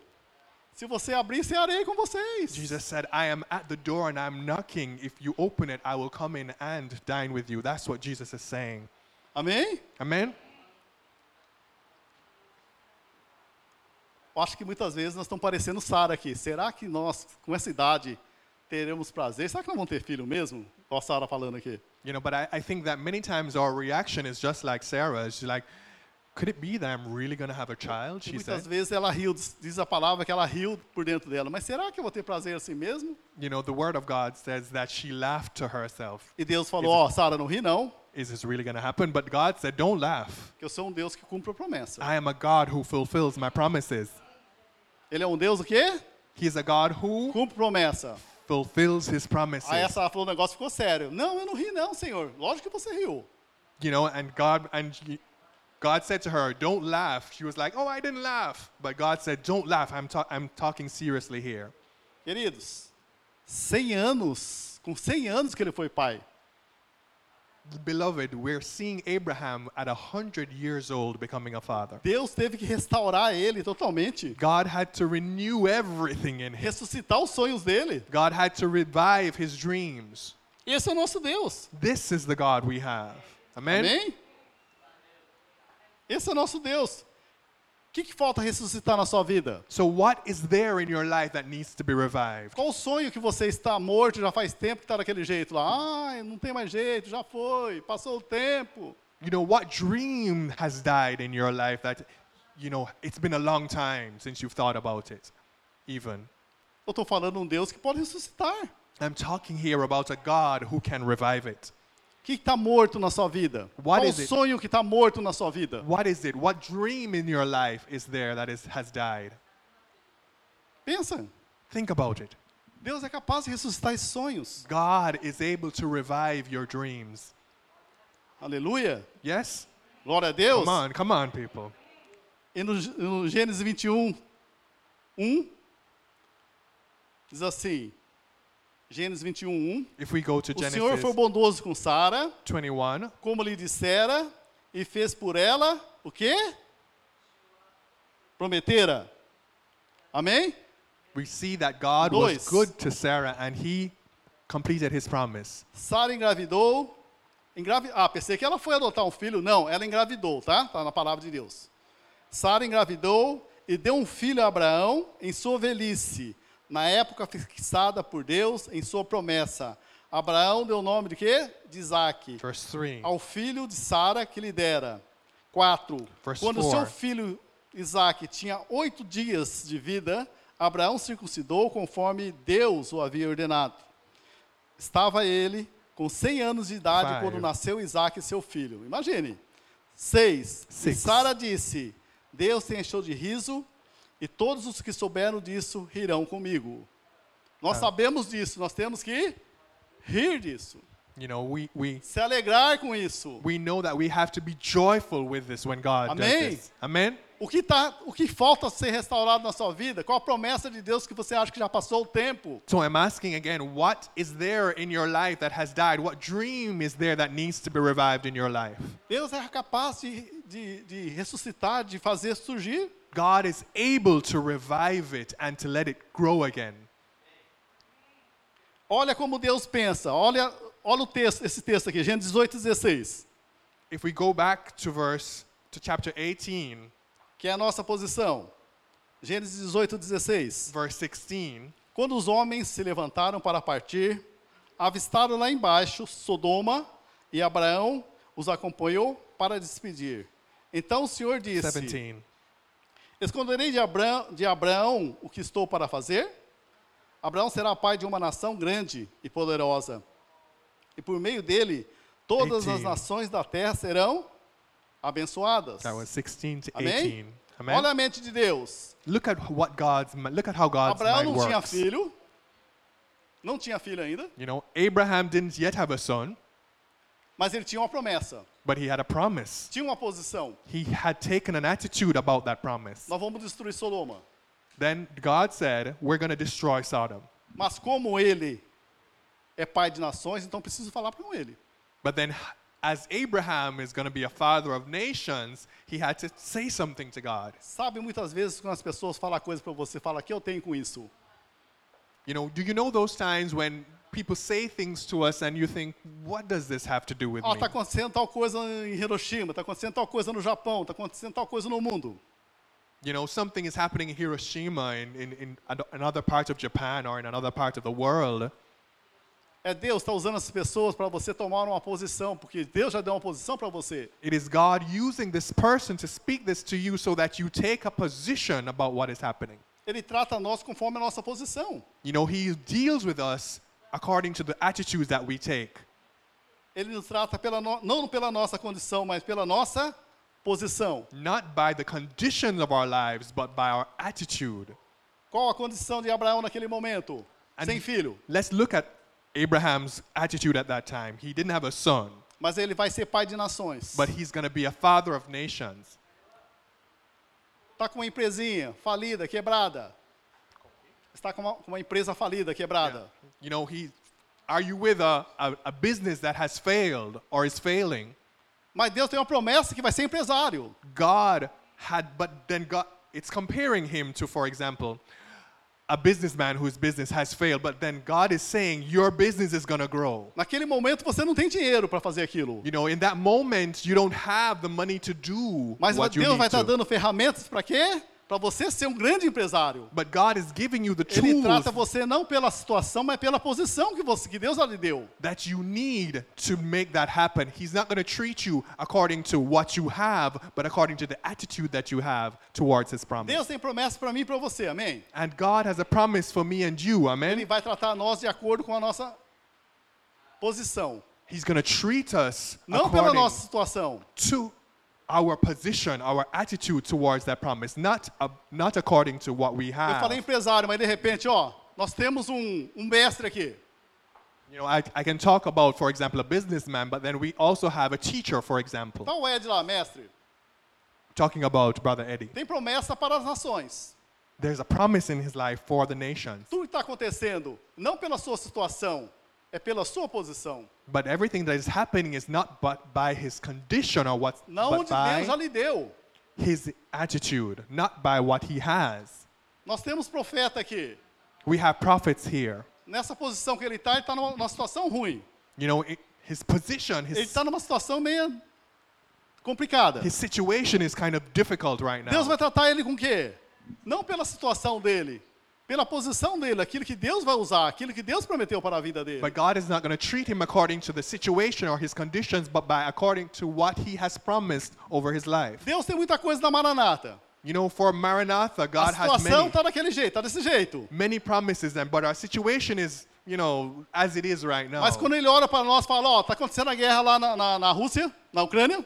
Se você abrir, cearei com vocês.
Jesus said, I am at the door and I'm knocking. If you open it, I will come in and dine with you. That's what Jesus is saying.
Amém?
Amen?
Eu acho que muitas vezes nós estamos parecendo Sara aqui. Será que nós, com essa idade, teremos prazer? Será que nós vamos ter filho mesmo? Olha a Sara falando aqui.
You know, but I, I think that many times our reaction is just like Sarah's. She's like, could it be that I'm really going to have a child?
E
She said.
muitas vezes ela riu, diz- diz a palavra que ela riu por dentro dela. Mas será que eu vou ter prazer assim mesmo?
You know, the Word of God says that she laughed to herself.
E Deus falou: Ó, Sara, não ri não,
Is this really going to happen? But God said, don't laugh.
que eu sou um Deus que cumpre a promessa.
I am a God who fulfills my promises.
Ele é um Deus o quê?
He's a God who
Cumpre promessa.
fulfills
Aí
his
a
promises.
Sara falou: o negócio ficou sério. Não, eu não ri não, Senhor. Lógico que você riu.
You know, and God and she- God said to her, "Don't laugh." She was like, "Oh, I didn't laugh." But God said, "Don't laugh. I'm ta- I'm talking seriously here."
Queridos, 100 anos, com 100 anos que ele foi pai.
Beloved, we're seeing Abraham at 100 years old becoming a father.
Deus teve que restaurar ele totalmente,
God had to renew everything in him.
ressuscitar os sonhos dele.
God had to revive his dreams.
Esse é o nosso Deus.
This is the God we have. Amen?
Amém? Esse é o nosso Deus. O que, que falta ressuscitar na sua vida?
So, what is there in your life that needs to be revived?
Qual o sonho que você está morto já faz tempo que está daquele jeito lá? Ai, não tem mais jeito, já foi, passou o tempo.
You know, what dream has died in your life that, you know, it's been a long time since you've thought about it, even?
Eu estou falando um Deus que pode ressuscitar.
I'm talking here about a God who can revive it.
O que está morto na sua vida? Qual o
is it?
sonho que está morto na sua vida?
What is it? What dream in your life is there that is, has died?
Pensa.
Think about it.
Deus é capaz de ressuscitar esses sonhos.
God is able to revive your dreams.
Aleluia.
Yes?
Glória a Deus.
Come on, come on, people.
E no, no Gênesis 21, 1, diz assim: Gênesis 21, 1.
If we go to
O Senhor
Genesis
foi bondoso com Sara,
21,
como lhe dissera, e fez por ela o quê? Prometera. Amém?
we see that God
Dois.
was good to Sarah and he completed his promise.
Sara engravidou. Engravi... Ah, pensei que ela foi adotar um filho. Não, ela engravidou, tá? Tá na palavra de Deus. Sara engravidou e deu um filho a Abraão em sua velhice, na época fixada por Deus em sua promessa. Abraão deu o nome de quê? De Isaac.
Verse 3.
ao filho de Sara que lhe dera. 4.
Verse
Quando
four.
seu filho Isaac tinha oito dias de vida, Abraão circuncidou conforme Deus o havia ordenado. Estava ele com 100 anos de idade
Five.
quando nasceu Isaac, seu filho. Imagine. 6. E
Six.
Sara disse: Deus te encheu de riso e todos os que souberam disso rirão comigo.
Ah.
Nós sabemos disso, nós temos que rir disso,
You know, we, we,
se alegrar com isso.
we know that we have to be joyful with this when God does
Amém.
this. Amen?
O que, tá, o que falta ser restaurado na sua vida? Qual a promessa de Deus que você acha que já passou o tempo?
So I'm asking again, what is there in your life that has died? What dream is there that needs to be revived in your life?
Deus é capaz de, de, de ressuscitar, de fazer surgir.
God is able to revive it and to let it grow again.
Olha como Deus pensa. Olha, olha o texto, esse texto aqui, Gênesis 18, 16,
If we go back to verse to chapter 18,
que é a nossa posição. Gênesis 18, 16.
verse 16,
Quando os homens se levantaram para partir, avistaram lá embaixo Sodoma e Abraão os acompanhou para despedir. Então o Senhor disse:
17.
Esconderei de Abraão, de Abraão o que estou para fazer? Abraão será pai de uma nação grande e poderosa. E por meio dele, todas as
18.
nações da terra serão abençoadas.
That was 16 to
Amém?
18. Amen.
Olha a mente de Deus.
Look at what God's mi- look at how God's
Abraão
mind
não tinha
works.
filho. Não tinha filho ainda,
You know, Abraham didn't yet have a son,
mas ele tinha uma promessa.
but he had a promise.
Tinha uma posição.
He had taken an attitude about that promise.
Nós vamos destruir Sodoma.
Then God said, "We're going to destroy Sodom."
Mas como ele é pai de nações, então preciso falar com ele.
But then as Abraham is going to be a father of nations, he had to say something to God.
Sabe muitas vezes quando as pessoas falam coisas para você, fala que eu tenho com isso.
You know, do you know those times when people say things to us and you think, what does this have to do with
Ó,
me?
tá acontecendo tal coisa em Hiroshima, tá acontecendo tal coisa no Japão, tá acontecendo tal coisa no mundo.
You know, something is happening in Hiroshima, in, in, in ano- another part of Japan or in another part of the world.
É Deus está usando essas pessoas para você tomar uma posição, porque Deus já deu uma posição para você.
It is God using this person to speak this to you so that you take a position about what is happening.
Ele trata nós conforme a nossa posição.
You know, He deals with us according to the attitudes that we take.
Ele nos trata pela no- não pela nossa condição, mas pela nossa posição.
not by the conditions of our lives, but by our attitude.
Qual a condição de Abraão naquele momento?
And-
Sem filho.
Let's look at Abraham's attitude at that time. He didn't have a son,
Mas ele vai ser pai de nações.
but he's going to be a father of nations.
Tá com uma empresinha falida, quebrada. está com uma, com uma empresa falida, quebrada.
You know, he, are you with a, a, a business that has failed or is failing?
Mas Deus tem uma promessa que vai ser empresário.
God had, but then God, it's comparing him to, for example, a businessman whose business has failed, but then God is saying, Your business is going to grow.
Naquele momento você não tem dinheiro para fazer aquilo.
You know, in that moment, you don't have the money to do
Mas
what you
Deus vai
need
estar
to.
dando ferramentas para quê? Para você ser um grande empresário.
But God is giving you the
Ele
tools
trata você não pela situação, mas pela posição que, você, que Deus lhe deu.
that you need to make that happen. He's not going to treat you according to what you have, but according to the attitude that you have towards His promise.
Deus tem promessa para mim e para você, amém?
And God has a promise for me and you,
Ele
amen?
vai tratar nós de acordo com a nossa posição,
He's going to treat us
não pela
according
nossa situação.
to our position, our attitude towards that promise, not, uh, not according to what we
Eu falei
have.
empresário, mas de repente, ó, nós temos um, um mestre aqui.
You know, I, I can talk about, for example, a businessman, but then we also have a teacher, for example,
Então o Ed lá, mestre,
talking about Brother Eddie.
tem promessa para as nações.
There's a promise in his life for the nations,
Tudo que está acontecendo, não pela sua situação, é pela sua posição.
but everything that is happening is not but by his condition or what's
Não
but
onde Deus já
by
lhe deu.
his attitude, not by what he has.
Nós temos profeta aqui.
We have prophets here.
Nessa posição que ele está, ele está numa, numa situação ruim.
You know, it, his position,
Ele
his,
está numa situação meio complicada.
his situation is kind of difficult right now.
Deus vai tratar ele com o quê? Não pela situação dele, pela posição dele, aquilo que Deus vai usar, aquilo que Deus prometeu para a vida dele.
But God is not going to treat him according to the situation or his conditions, but by according to what he has promised over his life.
Deus tem muita coisa na Maranata.
You know, for Maranatha,
A
God has
situação
many,
está daquele jeito, está desse jeito.
many promises, and but our situation is, you know, as it is right now.
Mas quando ele olha para nós e fala, ó, está acontecendo a guerra lá na, na, na Rússia, na Ucrânia,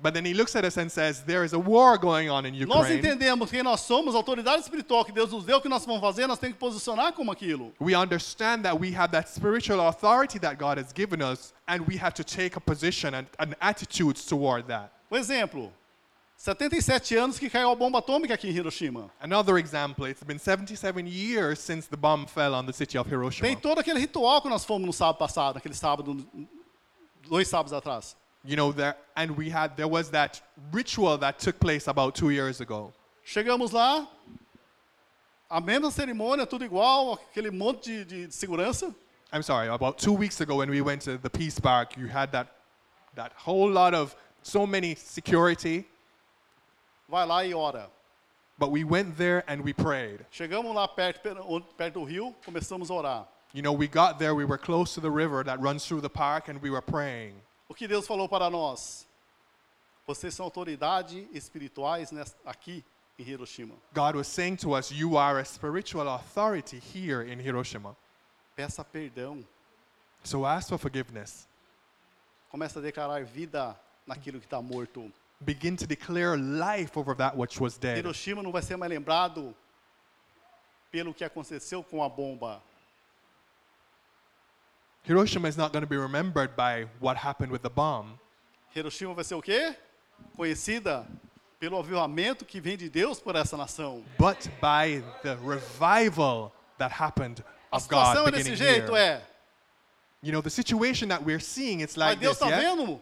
But then he looks at us and says, There is a war going on in
nós
Ukraine.
entendemos quem nós somos, a autoridade espiritual que Deus nos deu, o que nós vamos fazer, nós temos que posicionar como aquilo.
We understand that we have that spiritual authority that God has given us, and we have to take a position and an attitude toward that.
Um exemplo, 77 anos que caiu a bomba atômica aqui em Hiroshima.
Another example, it's been 77 years since the bomb fell on the city of Hiroshima.
Tem todo aquele ritual que nós fomos no sábado passado, aquele sábado, dois sábados atrás.
You know, there and we had there was that ritual that took place about two years ago.
Chegamos lá, a mesma cerimônia, tudo igual, aquele monte de, de- de segurança.
I'm sorry, about two weeks ago when we went to the Peace Park, you had that that whole lot of so many security,
Vai lá e ora.
but we went there and we prayed.
Chegamos lá perto, per- onde- perto do rio, começamos a orar.
You know, we got there, we were close to the river that runs through the park, and we were praying.
O que Deus falou para nós? Vocês são autoridade espirituais nes- aqui em Hiroshima.
God was saying to us, You are a spiritual authority here in Hiroshima.
Peça perdão.
So ask for forgiveness.
Começa a declarar vida naquilo que está morto.
Begin to declare life over that which was dead.
Hiroshima não vai ser mais lembrado pelo que aconteceu com a bomba.
Hiroshima is not going to be remembered by what happened with the bomb.
Hiroshima vai ser o quê? Conhecida pelo avivamento que vem de Deus por essa nação.
but by the revival that happened
A
of God
situação é
beginning
desse jeito, é.
here. You know, the situation that we're seeing, it's
Mas
like
Deus
this,
está
yeah?
vendo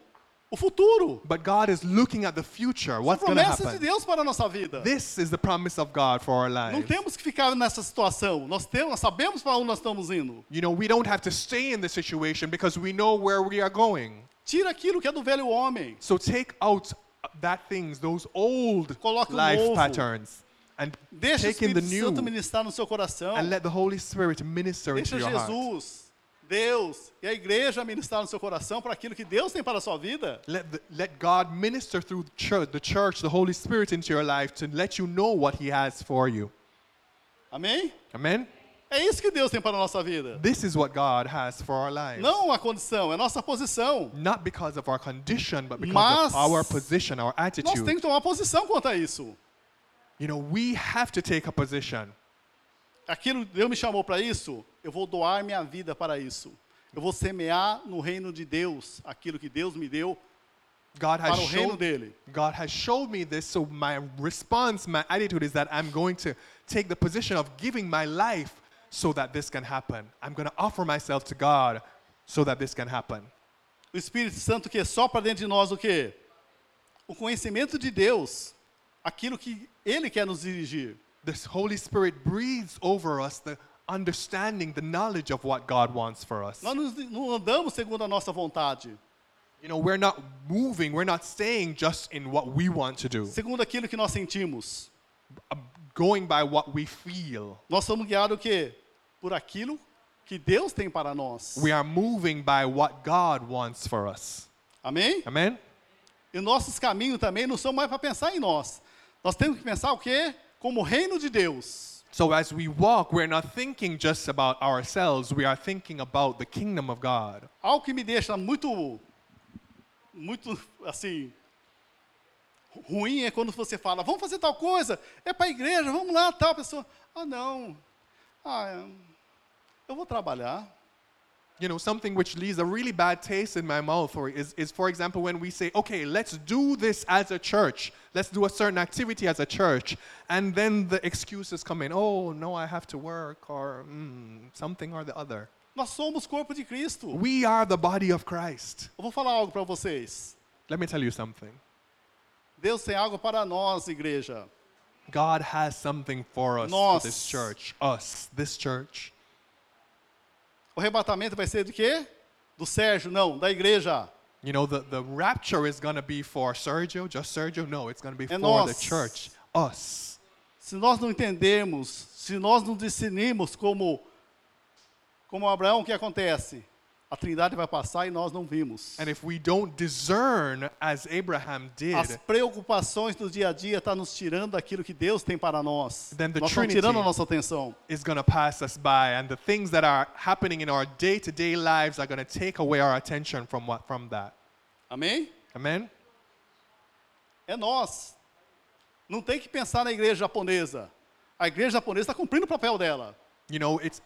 o futuro.
But God is looking at the future.
A
What's going to
promessa de
happen?
Deus para a nossa vida.
This is the promise of God for our
Não
lives.
temos que ficar nessa situação. Nós temos, nós sabemos para onde nós estamos indo.
You know, we don't have to stay in this situation because we know where we are going.
Tira aquilo que é do velho homem.
So take out that things, those old
Coloque o novo.
life patterns, and
Deixa o
take in the
Espírito
new,
Santo ministrar no seu coração.
and let the Holy Spirit minister
Deixa
into your heart.
Jesus, Deus e a igreja ministrar no seu coração para aquilo que Deus tem para a sua vida.
Let, the, let God minister through the church, the church, the Holy Spirit into your life to let you know what He has for you.
Amém?
Amen?
É isso que Deus tem para a nossa vida.
This is what God has for our lives.
Não a condição, é a nossa posição.
Not because of our condition, but because
Mas-
of our position, our
Nós
attitude.
temos que tomar posição quanto a isso.
You know, we have to take a position.
Aquilo Deus me chamou para isso, eu vou doar minha vida para isso. Eu vou semear no reino de Deus aquilo que Deus me deu
God has
para o reino
shown
dele.
God has showed me this, so my response, my attitude is that I'm going to take the position of giving my life so that this can happen. I'm going to offer myself to God so that this can happen.
O Espírito Santo que sopra dentro de nós o quê? O conhecimento de Deus, aquilo que Ele quer nos dirigir.
This Holy Spirit breathes over us the understanding, the knowledge of what God wants for us.
Nós nos- não andamos segundo a nossa vontade,
You know, we're not moving, we're not staying just in what we want to do, uh,
segundo aquilo que nós sentimos.
going by what we feel.
Nós somos guiados o quê? Por aquilo que Deus tem para nós.
We are moving by what God wants for us.
Amém?
Amen?
E nossos caminhos também não são mais para pensar em nós. Nós temos que pensar o quê? Como o reino de Deus.
So as we walk, we're not thinking just about ourselves, we are thinking about the kingdom of God.
Algo que me deixa muito, muito, assim, ru- ruim é quando você fala, vamos fazer tal coisa, é para a igreja, vamos lá, tal pessoa. Ah, não, ah, é, eu vou trabalhar.
You know, something which leaves a really bad taste in my mouth or is, is, for example, when we say, okay, let's do this as a church. Let's do a certain activity as a church. And then the excuses come in. Oh, no, I have to work or mm, something or the other.
Nós somos corpo de Cristo.
We are the body of Christ.
Eu vou falar algo para vocês.
Let me tell you something.
Deus tem algo para nós, igreja.
God has something for us, for
Nós.
this church, us, this church.
O arrebatamento vai ser do quê? Do Sérgio, não, da igreja.
You know, the, the rapture is going to be for Sergio, just Sergio. No, it's going to be
And
for
us.
the church, us.
Se nós não entendermos, se nós não definirmos como, como Abraão, o que acontece? A trindade vai passar e nós não vimos.
And if we don't discern as Abraham did,
As preocupações do dia a dia estão nos tirando daquilo que Deus tem para nós.
Then the
nós estamos
Trinity-
tirando a nossa atenção.
is going to pass us by. And the things that are happening in our day to day lives are going to take away our attention from, what, from that.
Amém?
Amen?
É nós. Não tem que pensar na igreja japonesa. A igreja japonesa está cumprindo o papel dela.
You know, it's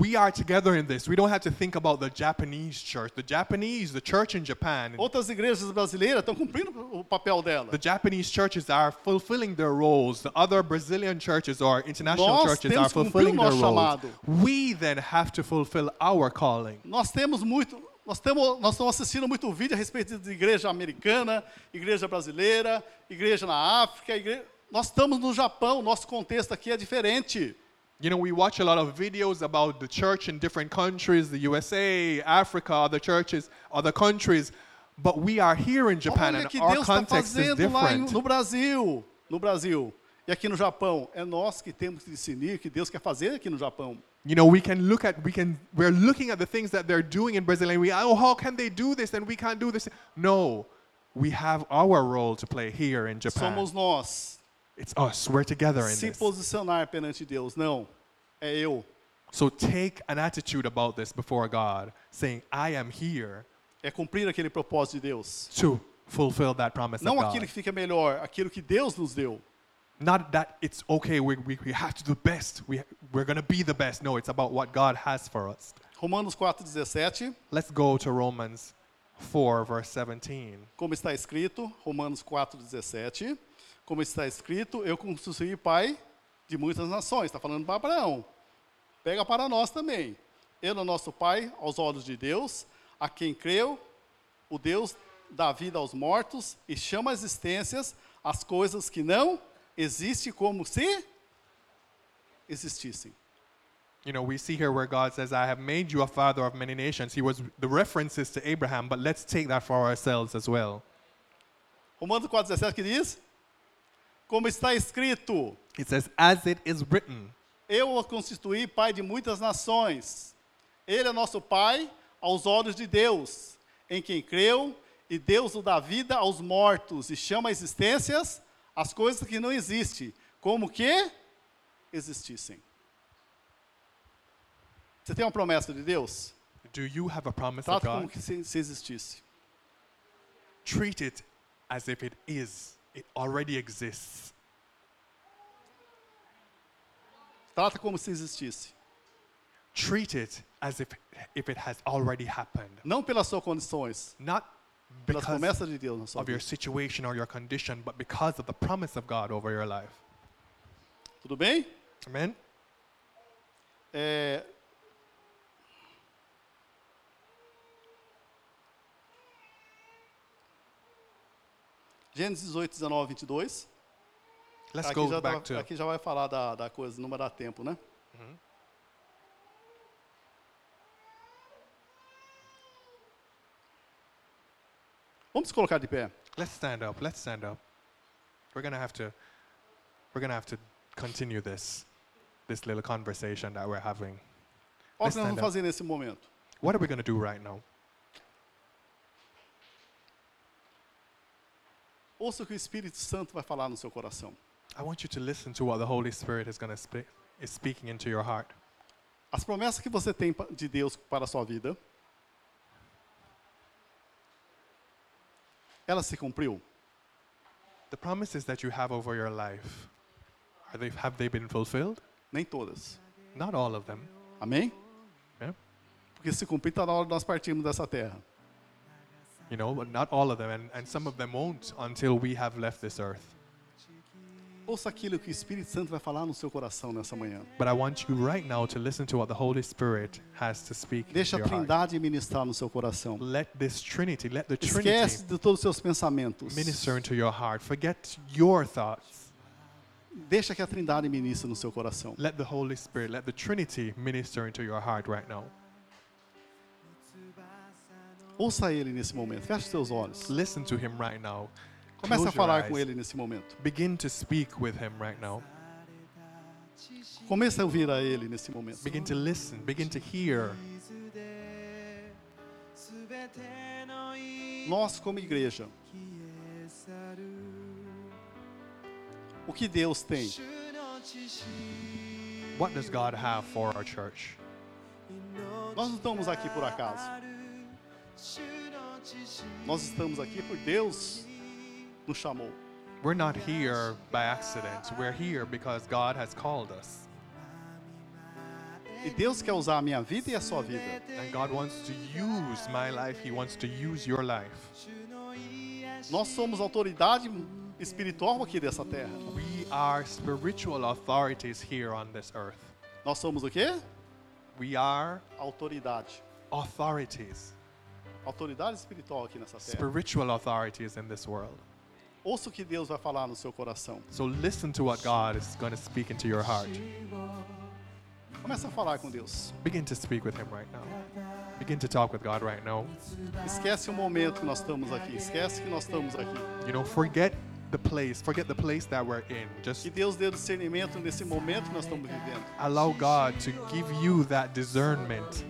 we are together in this. We don't have to think about the Japanese church. The Japanese, the church in Japan,
Outras igrejas brasileiras estão cumprindo o papel dela.
the Japanese churches are fulfilling their roles. The other Brazilian churches or international
Nós
churches
temos
are
que cumprir
fulfilling
o
their
nosso
roles.
chamado.
We then have to fulfill our calling.
Nós temos muito, nós temos, nós estamos assistindo muito vídeo a respeito de igreja americana, igreja brasileira, igreja na África, igre- nós estamos no Japão, nosso contexto aqui é diferente.
You know, we watch a lot of videos about the church in different countries, the USA, Africa, other churches, other countries, but we are here in Japan
Olha
and
que
our
Deus está
context is
fazendo lá em-
different.
no Brasil, no Brasil e aqui no Japão. É nós que temos que discernir o que Deus quer fazer aqui no Japão.
You know, we can look at we can we're looking at the things that they're doing in Brazil and we oh how can they do this and we can't do this. No, we have our role to play here in Japan.
Somos nós
It's us. We're together in
se
this.
posicionar perante Deus. Não, é eu,
So take an attitude about this before God, saying, "I am here
é cumprir aquele propósito de Deus.
to fulfill that promise
Não
of
aquilo
God."
que fica melhor, aquilo que Deus nos deu.
Not that it's okay. We, we, we have to do best. We we're gonna be the best. No, it's about what God has for us.
Romanos 4,17,
Let's go to Romans four verse seventeen.
como está escrito, Romanos 4,17, como está escrito, eu constituí pai de muitas nações. Está falando para Abraão. Pega para nós também. Ele é nosso pai, aos olhos de Deus, a quem creu, o Deus dá vida aos mortos e chama a existências as coisas que não existem como se existissem.
You know, we see here where God says, I have made you a father of many nations. He was the references to Abraham, but let's take that for ourselves as well.
Romanos 4,17 que diz, como está escrito,
It says, as it is written.
Eu o constituí pai de muitas nações. Ele é nosso pai aos olhos de Deus, em quem creu, e Deus o dá vida aos mortos e chama a existências as coisas que não existem, como que existissem. Você tem uma promessa de Deus?
Do you have a promise of
Trata como
God?
que se, se existisse.
Treat it as if it is. It already exists.
Trata como se existisse.
Treat it as if, if it has already happened.
Não pelas suas condições,
Not
pelas
because
promessas de Deus na sua
of your
vida.
situation or your condition, but because of the promise of God over your life.
Tudo bem?
Amen?
É, Gênesis 18, 19, 22.
Let's
aqui,
go
já
back
tá-
to.
aqui já vai falar da, da coisa, não vai dar tempo, né? Vamos se colocar de pé.
Let's stand up. Let's stand up. We're gonna have to. We're gonna have to continue this, this little conversation that we're having.
Olha o
Let's
que nós
stand
vamos
up.
fazer nesse momento.
What are we gonna do right now?
Ouça o que o Espírito Santo vai falar no seu coração.
I want you to listen to what the Holy Spirit is gonna speak is speaking into your heart.
As promessas que você tem pa- de Deus para a sua vida, ela se cumpriu?
The promises that you have over your life, are they have they been fulfilled?
Nem todas.
Not all of them.
Amém?
Yeah?
Porque se cumprir, está na hora de nós partirmos dessa terra.
You know, but not all of them, and, and some of them won't until we have left this earth.
Ouça aquilo que o Espírito Santo vai falar no seu coração nessa manhã.
But I want you right now to listen to what the Holy Spirit has to speak
Deixa a
into your heart.
Trindade ministrar no seu coração.
Let this Trinity, let the Trinity
Esquece de todos os seus pensamentos.
minister into your heart. Forget your thoughts.
Deixa que a Trindade ministre no seu coração.
Let the Holy Spirit, let the Trinity minister into your heart right now.
Ouça ele nesse momento. Feche seus olhos.
Listen to him right now.
Comece a
Close your
falar com
eyes.
ele nesse momento.
Begin to speak with him right now.
Comece a ouvir a ele nesse momento.
Begin to listen. Begin to hear.
水で全ての息
Nós, como igreja,
消え去る
o que Deus tem?
主の知識
What does God have for our church?
Nós não estamos aqui por acaso. Nós estamos aqui por Deus nos chamou.
We're not here by accident. We're here because God has called us.
E Deus quer usar a minha vida e a sua vida.
And God wants to use my life. He wants to use your life.
Nós somos autoridade espiritual aqui dessa terra.
We are spiritual authorities here on this earth.
Nós somos o quê?
We are
Autoridade.
authorities,
Autoridade espiritual aqui nessa terra.
spiritual authorities in this world.
Ouça o que Deus vai falar no seu coração.
So listen to what God is going to speak into your heart.
Começa a falar com Deus.
Begin to speak with Him right now. Begin to talk with God right now.
Esquece o momento que nós estamos aqui. Esquece que nós estamos aqui.
You know, forget the place, forget the place that we're in. Just
Que Deus dê discernimento nesse momento que nós estamos vivendo.
allow God to give you that discernment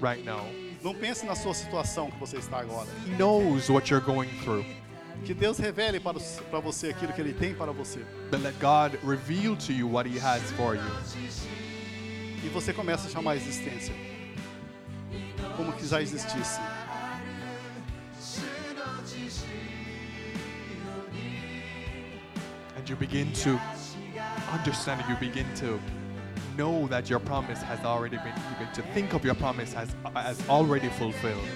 right now.
Não pense na sua situação que você está agora.
He knows what you're going through,
Que Deus revele para, os- para você aquilo que Ele tem para você.
but let God reveal to you what He has for you.
E você começa a chamar a existência. Como que já existisse.
and you begin to understand it. You begin to know that your promise has already been. You begin to think of your promise as as already fulfilled.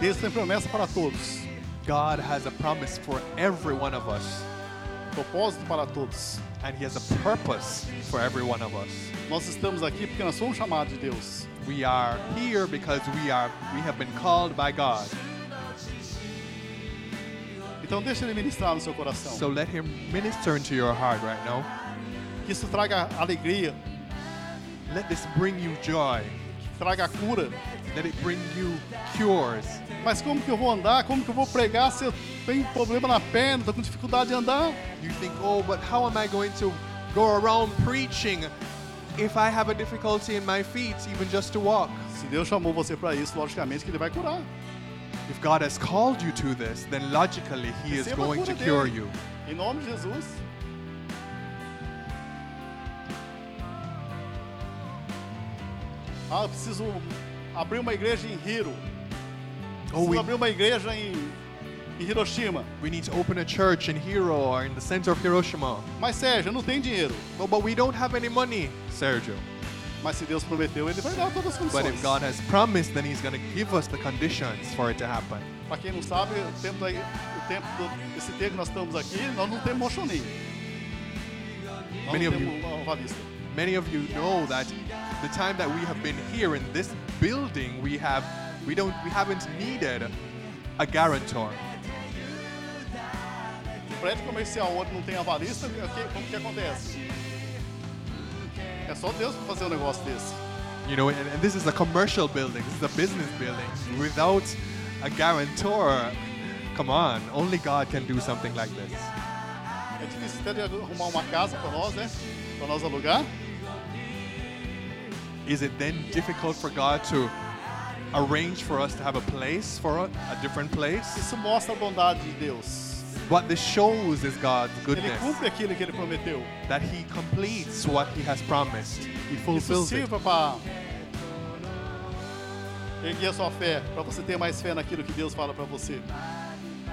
Deus tem promessa para todos.
God has a promise for every one of us,
Propósito para todos.
and He has a purpose for every one of us.
Nós estamos aqui porque nós somos chamados de Deus.
We are here because we are we have been called by God.
Então deixa Ele ministrar no seu coração.
So let Him minister into your heart right now.
Que isso traga alegria,
Let this bring you joy.
traga cura.
Let it bring you cures.
Mas como que eu vou andar? Como que eu vou pregar se eu tenho problema na perna, estou com dificuldade de andar?
You think, oh, but how am I going to go around preaching if I have a difficulty in my feet, even just to walk?
Se Deus chamou você para isso, logicamente que Ele vai curar.
If God has called you to this, then logically He is
Receba a
going to
cura
cure
dele.
you.
Em nome de Jesus. Ah, eu preciso abrir uma igreja em Hiro.
Oh,
Preciso
we,
abrir uma igreja em, em Hiroshima.
we need to open a church in Hiro or in the center of Hiroshima.
Mas Sérgio, eu não tenho dinheiro.
Oh, but we don't have any money, Sergio.
Mas se Deus prometeu, Ele vai dar todas as
But
condições.
if God has promised, then He's going to give us the conditions for it to happen.
Para quem não sabe, o tempo, da, o tempo do, esse tempo que nós estamos aqui, nós não temos mochoninho. Nós
Many
não
of you,
temos uma valista.
many of you know that the time that we have been here in this building, we have, we don't, we haven't needed a guarantor.
Um prédio comercial onde não tem avalista, o que, o que acontece? É só Deus pra fazer um negócio desse.
You know, and, and this is a commercial building. This is a business building. Without a guarantor, come on, only God can do something like this.
É difícil até de arrumar uma casa para nós, né? Para nós alugar.
Is it then difficult for God to arrange for us to have a place for us, a different place?
Isso mostra a bondade de Deus.
What this shows is God's
Ele
goodness,
cumpre aquilo que ele prometeu.
that He completes what He has promised. He
Isso
fulfills it.
sirva para erguer a sua fé, para você ter mais fé naquilo que Deus fala para você.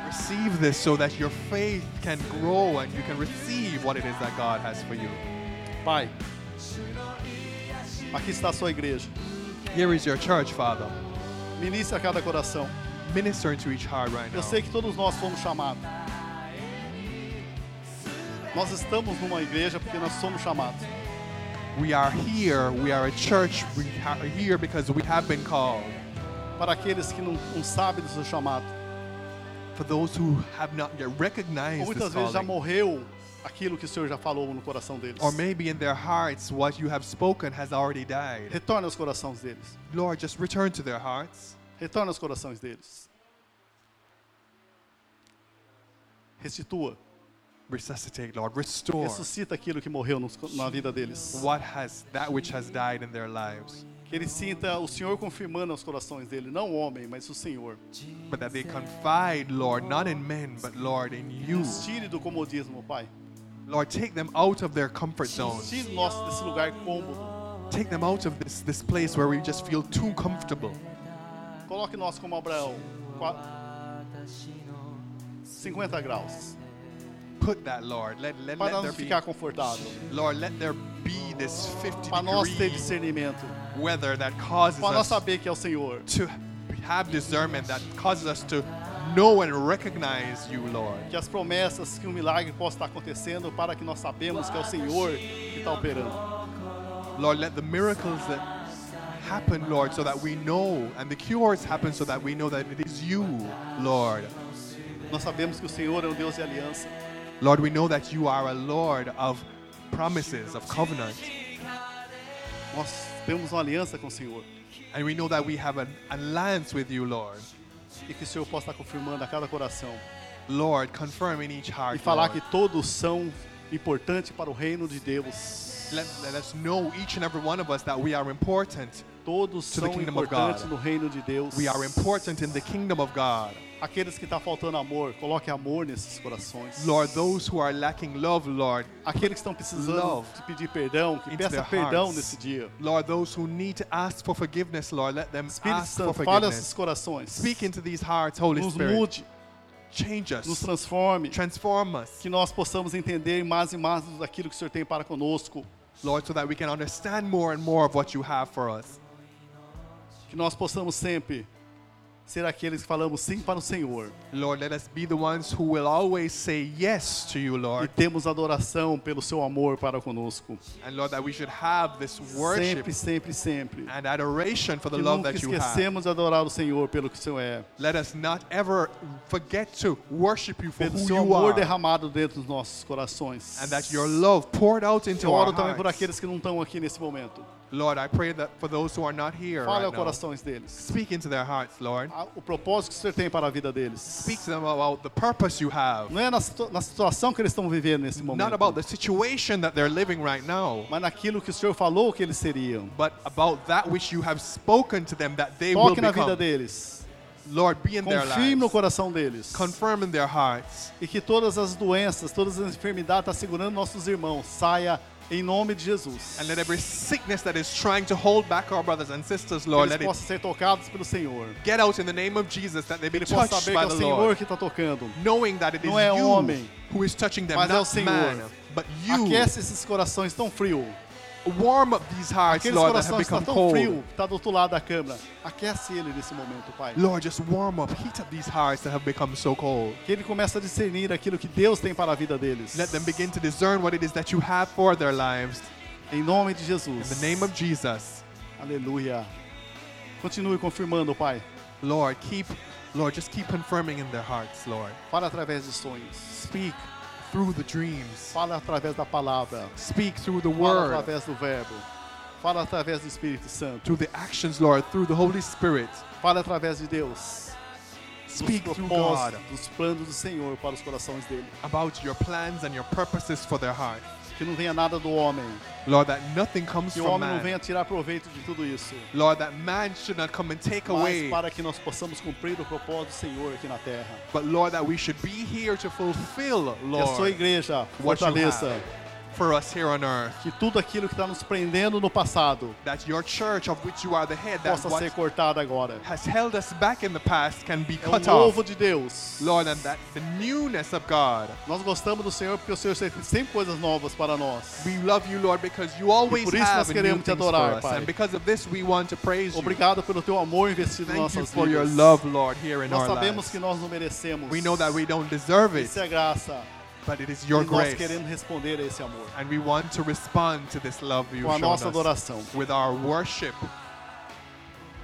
Receive this so that your faith can grow and you can receive what it is that God has for you.
Pai, aqui está a sua igreja.
Here is your church, Father.
Ministre a cada coração.
Minister to each heart right
Eu
now.
sei que todos nós fomos chamados. Nós estamos numa igreja porque nós somos chamados.
We are here. We are a church. We are here because we have been called.
Para aqueles que não, não sabem do seu chamado,
For those who have not yet
ou
recognized
muitas
this
vezes já
calling,
morreu aquilo que o Senhor já falou no coração deles.
or maybe in their hearts what you have spoken has already died.
Retorna aos corações deles.
Lord, just return to their hearts.
Retorna aos corações deles. Restitua.
Resuscitate, Lord. Restore
Ressuscita aquilo que morreu nos- na vida deles.
what has that which has died in their lives,
Que ele sinta o Senhor confirmando aos corações dele, não o homem, mas o Senhor.
but that they confide, Lord, not in men, but Lord, in you.
Nos tire do comodismo, Pai.
Lord, take them out of their comfort zone.
Nos tire nós desse lugar cômodo.
Take them out of this this place where we just feel too comfortable.
Coloque nós como Abraão. qua- 50 graus.
Put that, Lord. Let let,
Para
let
nós
there
não
be
ficar confortável.
Lord, let there be this 50
Para nós ter
degree
discernimento.
weather that causes
Para nós
us
saber que é o Senhor.
to have discernment, that causes us to know and recognize you, Lord.
Que as promessas, que um milagre possa estar acontecendo para que nós sabemos que é o Senhor que está operando.
Lord, let the miracles that happen, Lord, so that we know, and the cures happen so that we know that it is you, Lord.
Nós sabemos que o Senhor é um Deus de aliança.
Lord, we know that you are a Lord of promises, of covenant,
Nós temos uma aliança com o Senhor.
and we know that we have an alliance with you, Lord.
E que o Senhor possa estar confirmando a cada coração.
Lord, confirm in each
E
heart.
falar que
Lord.
todos são importantes para o reino de Deus.
Let, let us know, each and every one of us, that we are important
Todos
To the
são
kingdom of
importantes
God.
no reino de Deus.
We are important in the kingdom of God.
Aqueles que está faltando amor, coloque amor nesses corações.
Lord, those who are lacking love, Lord,
Aqueles que estão precisando
Love
de pedir perdão, que
into
peça
their
perdão
hearts.
nesse dia.
Lord, those who need to ask for forgiveness, Lord, let them
Espírito
ask for
Santo, fale a esses
forgiveness.
corações.
Speak into these hearts, Holy
Nos
Spirit.
mude,
Change
nos
us,
transforme.
transform us,
Que nós possamos entender mais e mais daquilo que o Senhor tem para conosco.
Lord, so that we can understand more and more of what you have for us.
Que nós possamos sempre ser aqueles que falamos sim para o Senhor.
Lord, let us be the ones who will always say yes to you,
E
Lord.
temos adoração pelo seu amor para conosco.
And Lord, that we should have this worship
Sempre, sempre, sempre.
and adoration for the
Que
love
nunca
that you have.
esquecemos de adorar o Senhor pelo que o Senhor é.
Let us not ever forget to worship you for
Pelo
who
seu
you
amor
are.
derramado dentro dos nossos corações.
and that your love poured out
Eu
into our
oro também por
hearts.
aqueles que não estão aqui nesse momento.
Lord, I pray that for those who are not here
Fale
right
aos
now,
corações deles.
speak into their hearts, Lord.
A- O propósito que o Senhor tem para a vida deles.
Speak to them about the purpose you have,
Não é na, situ- na situação que eles estão vivendo nesse
not about
momento,
the situation that they're living right now,
mas naquilo que o Senhor falou que eles seriam.
but about that which you have spoken to them that they will
Toque na vida
become.
deles.
Lord, be in their
Confirme no
lives,
coração deles.
confirm in their hearts,
E que todas as doenças, todas as enfermidades está segurando nossos irmãos. Saia em nome de Jesus.
and let every sickness that is trying to hold back our brothers and sisters,
Que
Lord,
eles
let it
possam ser tocados pelo Senhor.
get out in the name of Jesus, that they be
Ele possa
touched
saber que
by
é
the
o Senhor
Lord.
que está tocando.
knowing that it is
Não é
you
homem,
who is touching them,
mas é o
not
Senhor.
man, but you.
Aquece esses corações tão frios.
Warm up these hearts,
Aqueles
Lord, that have
corações que
become
estão tão
cold.
frio, está do outro lado da câmara. Aquece ele nesse momento, Pai.
Lord, just warm up, heat up these hearts that have become so cold.
Que ele comece a discernir aquilo que Deus tem para a vida deles.
Let them begin to discern what it is that you have for their lives.
Em nome de
In
Jesus.
the name of Jesus,
Aleluia. Continue confirmando, Pai.
Lord, keep, Lord, just keep confirming in their hearts, Lord.
Fala através de sonhos.
Speak through the dreams.
Fala através da palavra.
Speak through the
Fala
word,
através do verbo. Fala através do Espírito Santo.
through the actions, Lord, through the Holy Spirit.
Fala através de Deus.
Speak
dos
through God
propósitos, dos planos do Senhor para os corações dele.
about your plans and your purposes for their heart.
Que não venha nada do homem.
Lord, that nothing comes
Que o
from
homem não venha
man.
tirar proveito de tudo isso.
Lord, that man should not come and take
Mas
away.
para que nós possamos cumprir o propósito do Senhor aqui na terra.
But Lord, that we should be here to fulfill,
Que a sua
Lord,
igreja
what you
fortaleça
have for us here on earth.
que tudo aquilo que está nos prendendo no passado
That your church, of which you are the head, that
possa ser
what
cortado agora.
has held us back in the past can be
É o
cut
novo
off.
de Deus.
Lord, and that the newness of God.
Nós gostamos do Senhor porque o Senhor sempre tem coisas novas para nós.
We love you, Lord, because you always
por isso
have
nós
new
queremos te
things for
adorar,
us.
Pai.
And because of this, we want to praise you.
Obrigado pelo teu amor investido em
Thank you
nossas
for your
vidas.
love, Lord, here in
Nós
our
sabemos
lives.
que nós não merecemos.
We know that we don't deserve it,
Isso é graça.
but it is your
e nós
grace.
queremos responder a esse amor
And we want to respond to this love you've
com a
shown
nossa
us
adoração.
with our worship.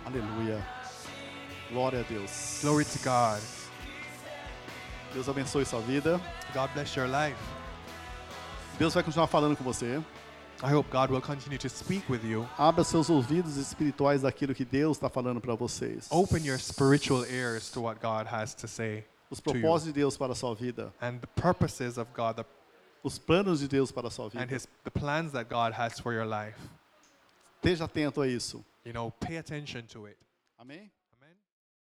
Aleluia. Glória a Deus.
Glory to God.
Deus abençoe sua vida.
God bless your life.
Deus vai continuar falando com você.
I hope God will continue to speak with you.
Abra seus ouvidos espirituais daquilo que Deus está falando para vocês.
Open your spiritual ears to what God has to say
Os
to you
propósitos de Deus para a sua vida.
and the purposes of God the,
Os planos de Deus para a sua
and
vida.
his, the plans that God has for your life.
Esteja atento a isso.
You know, pay attention to it.
Amém?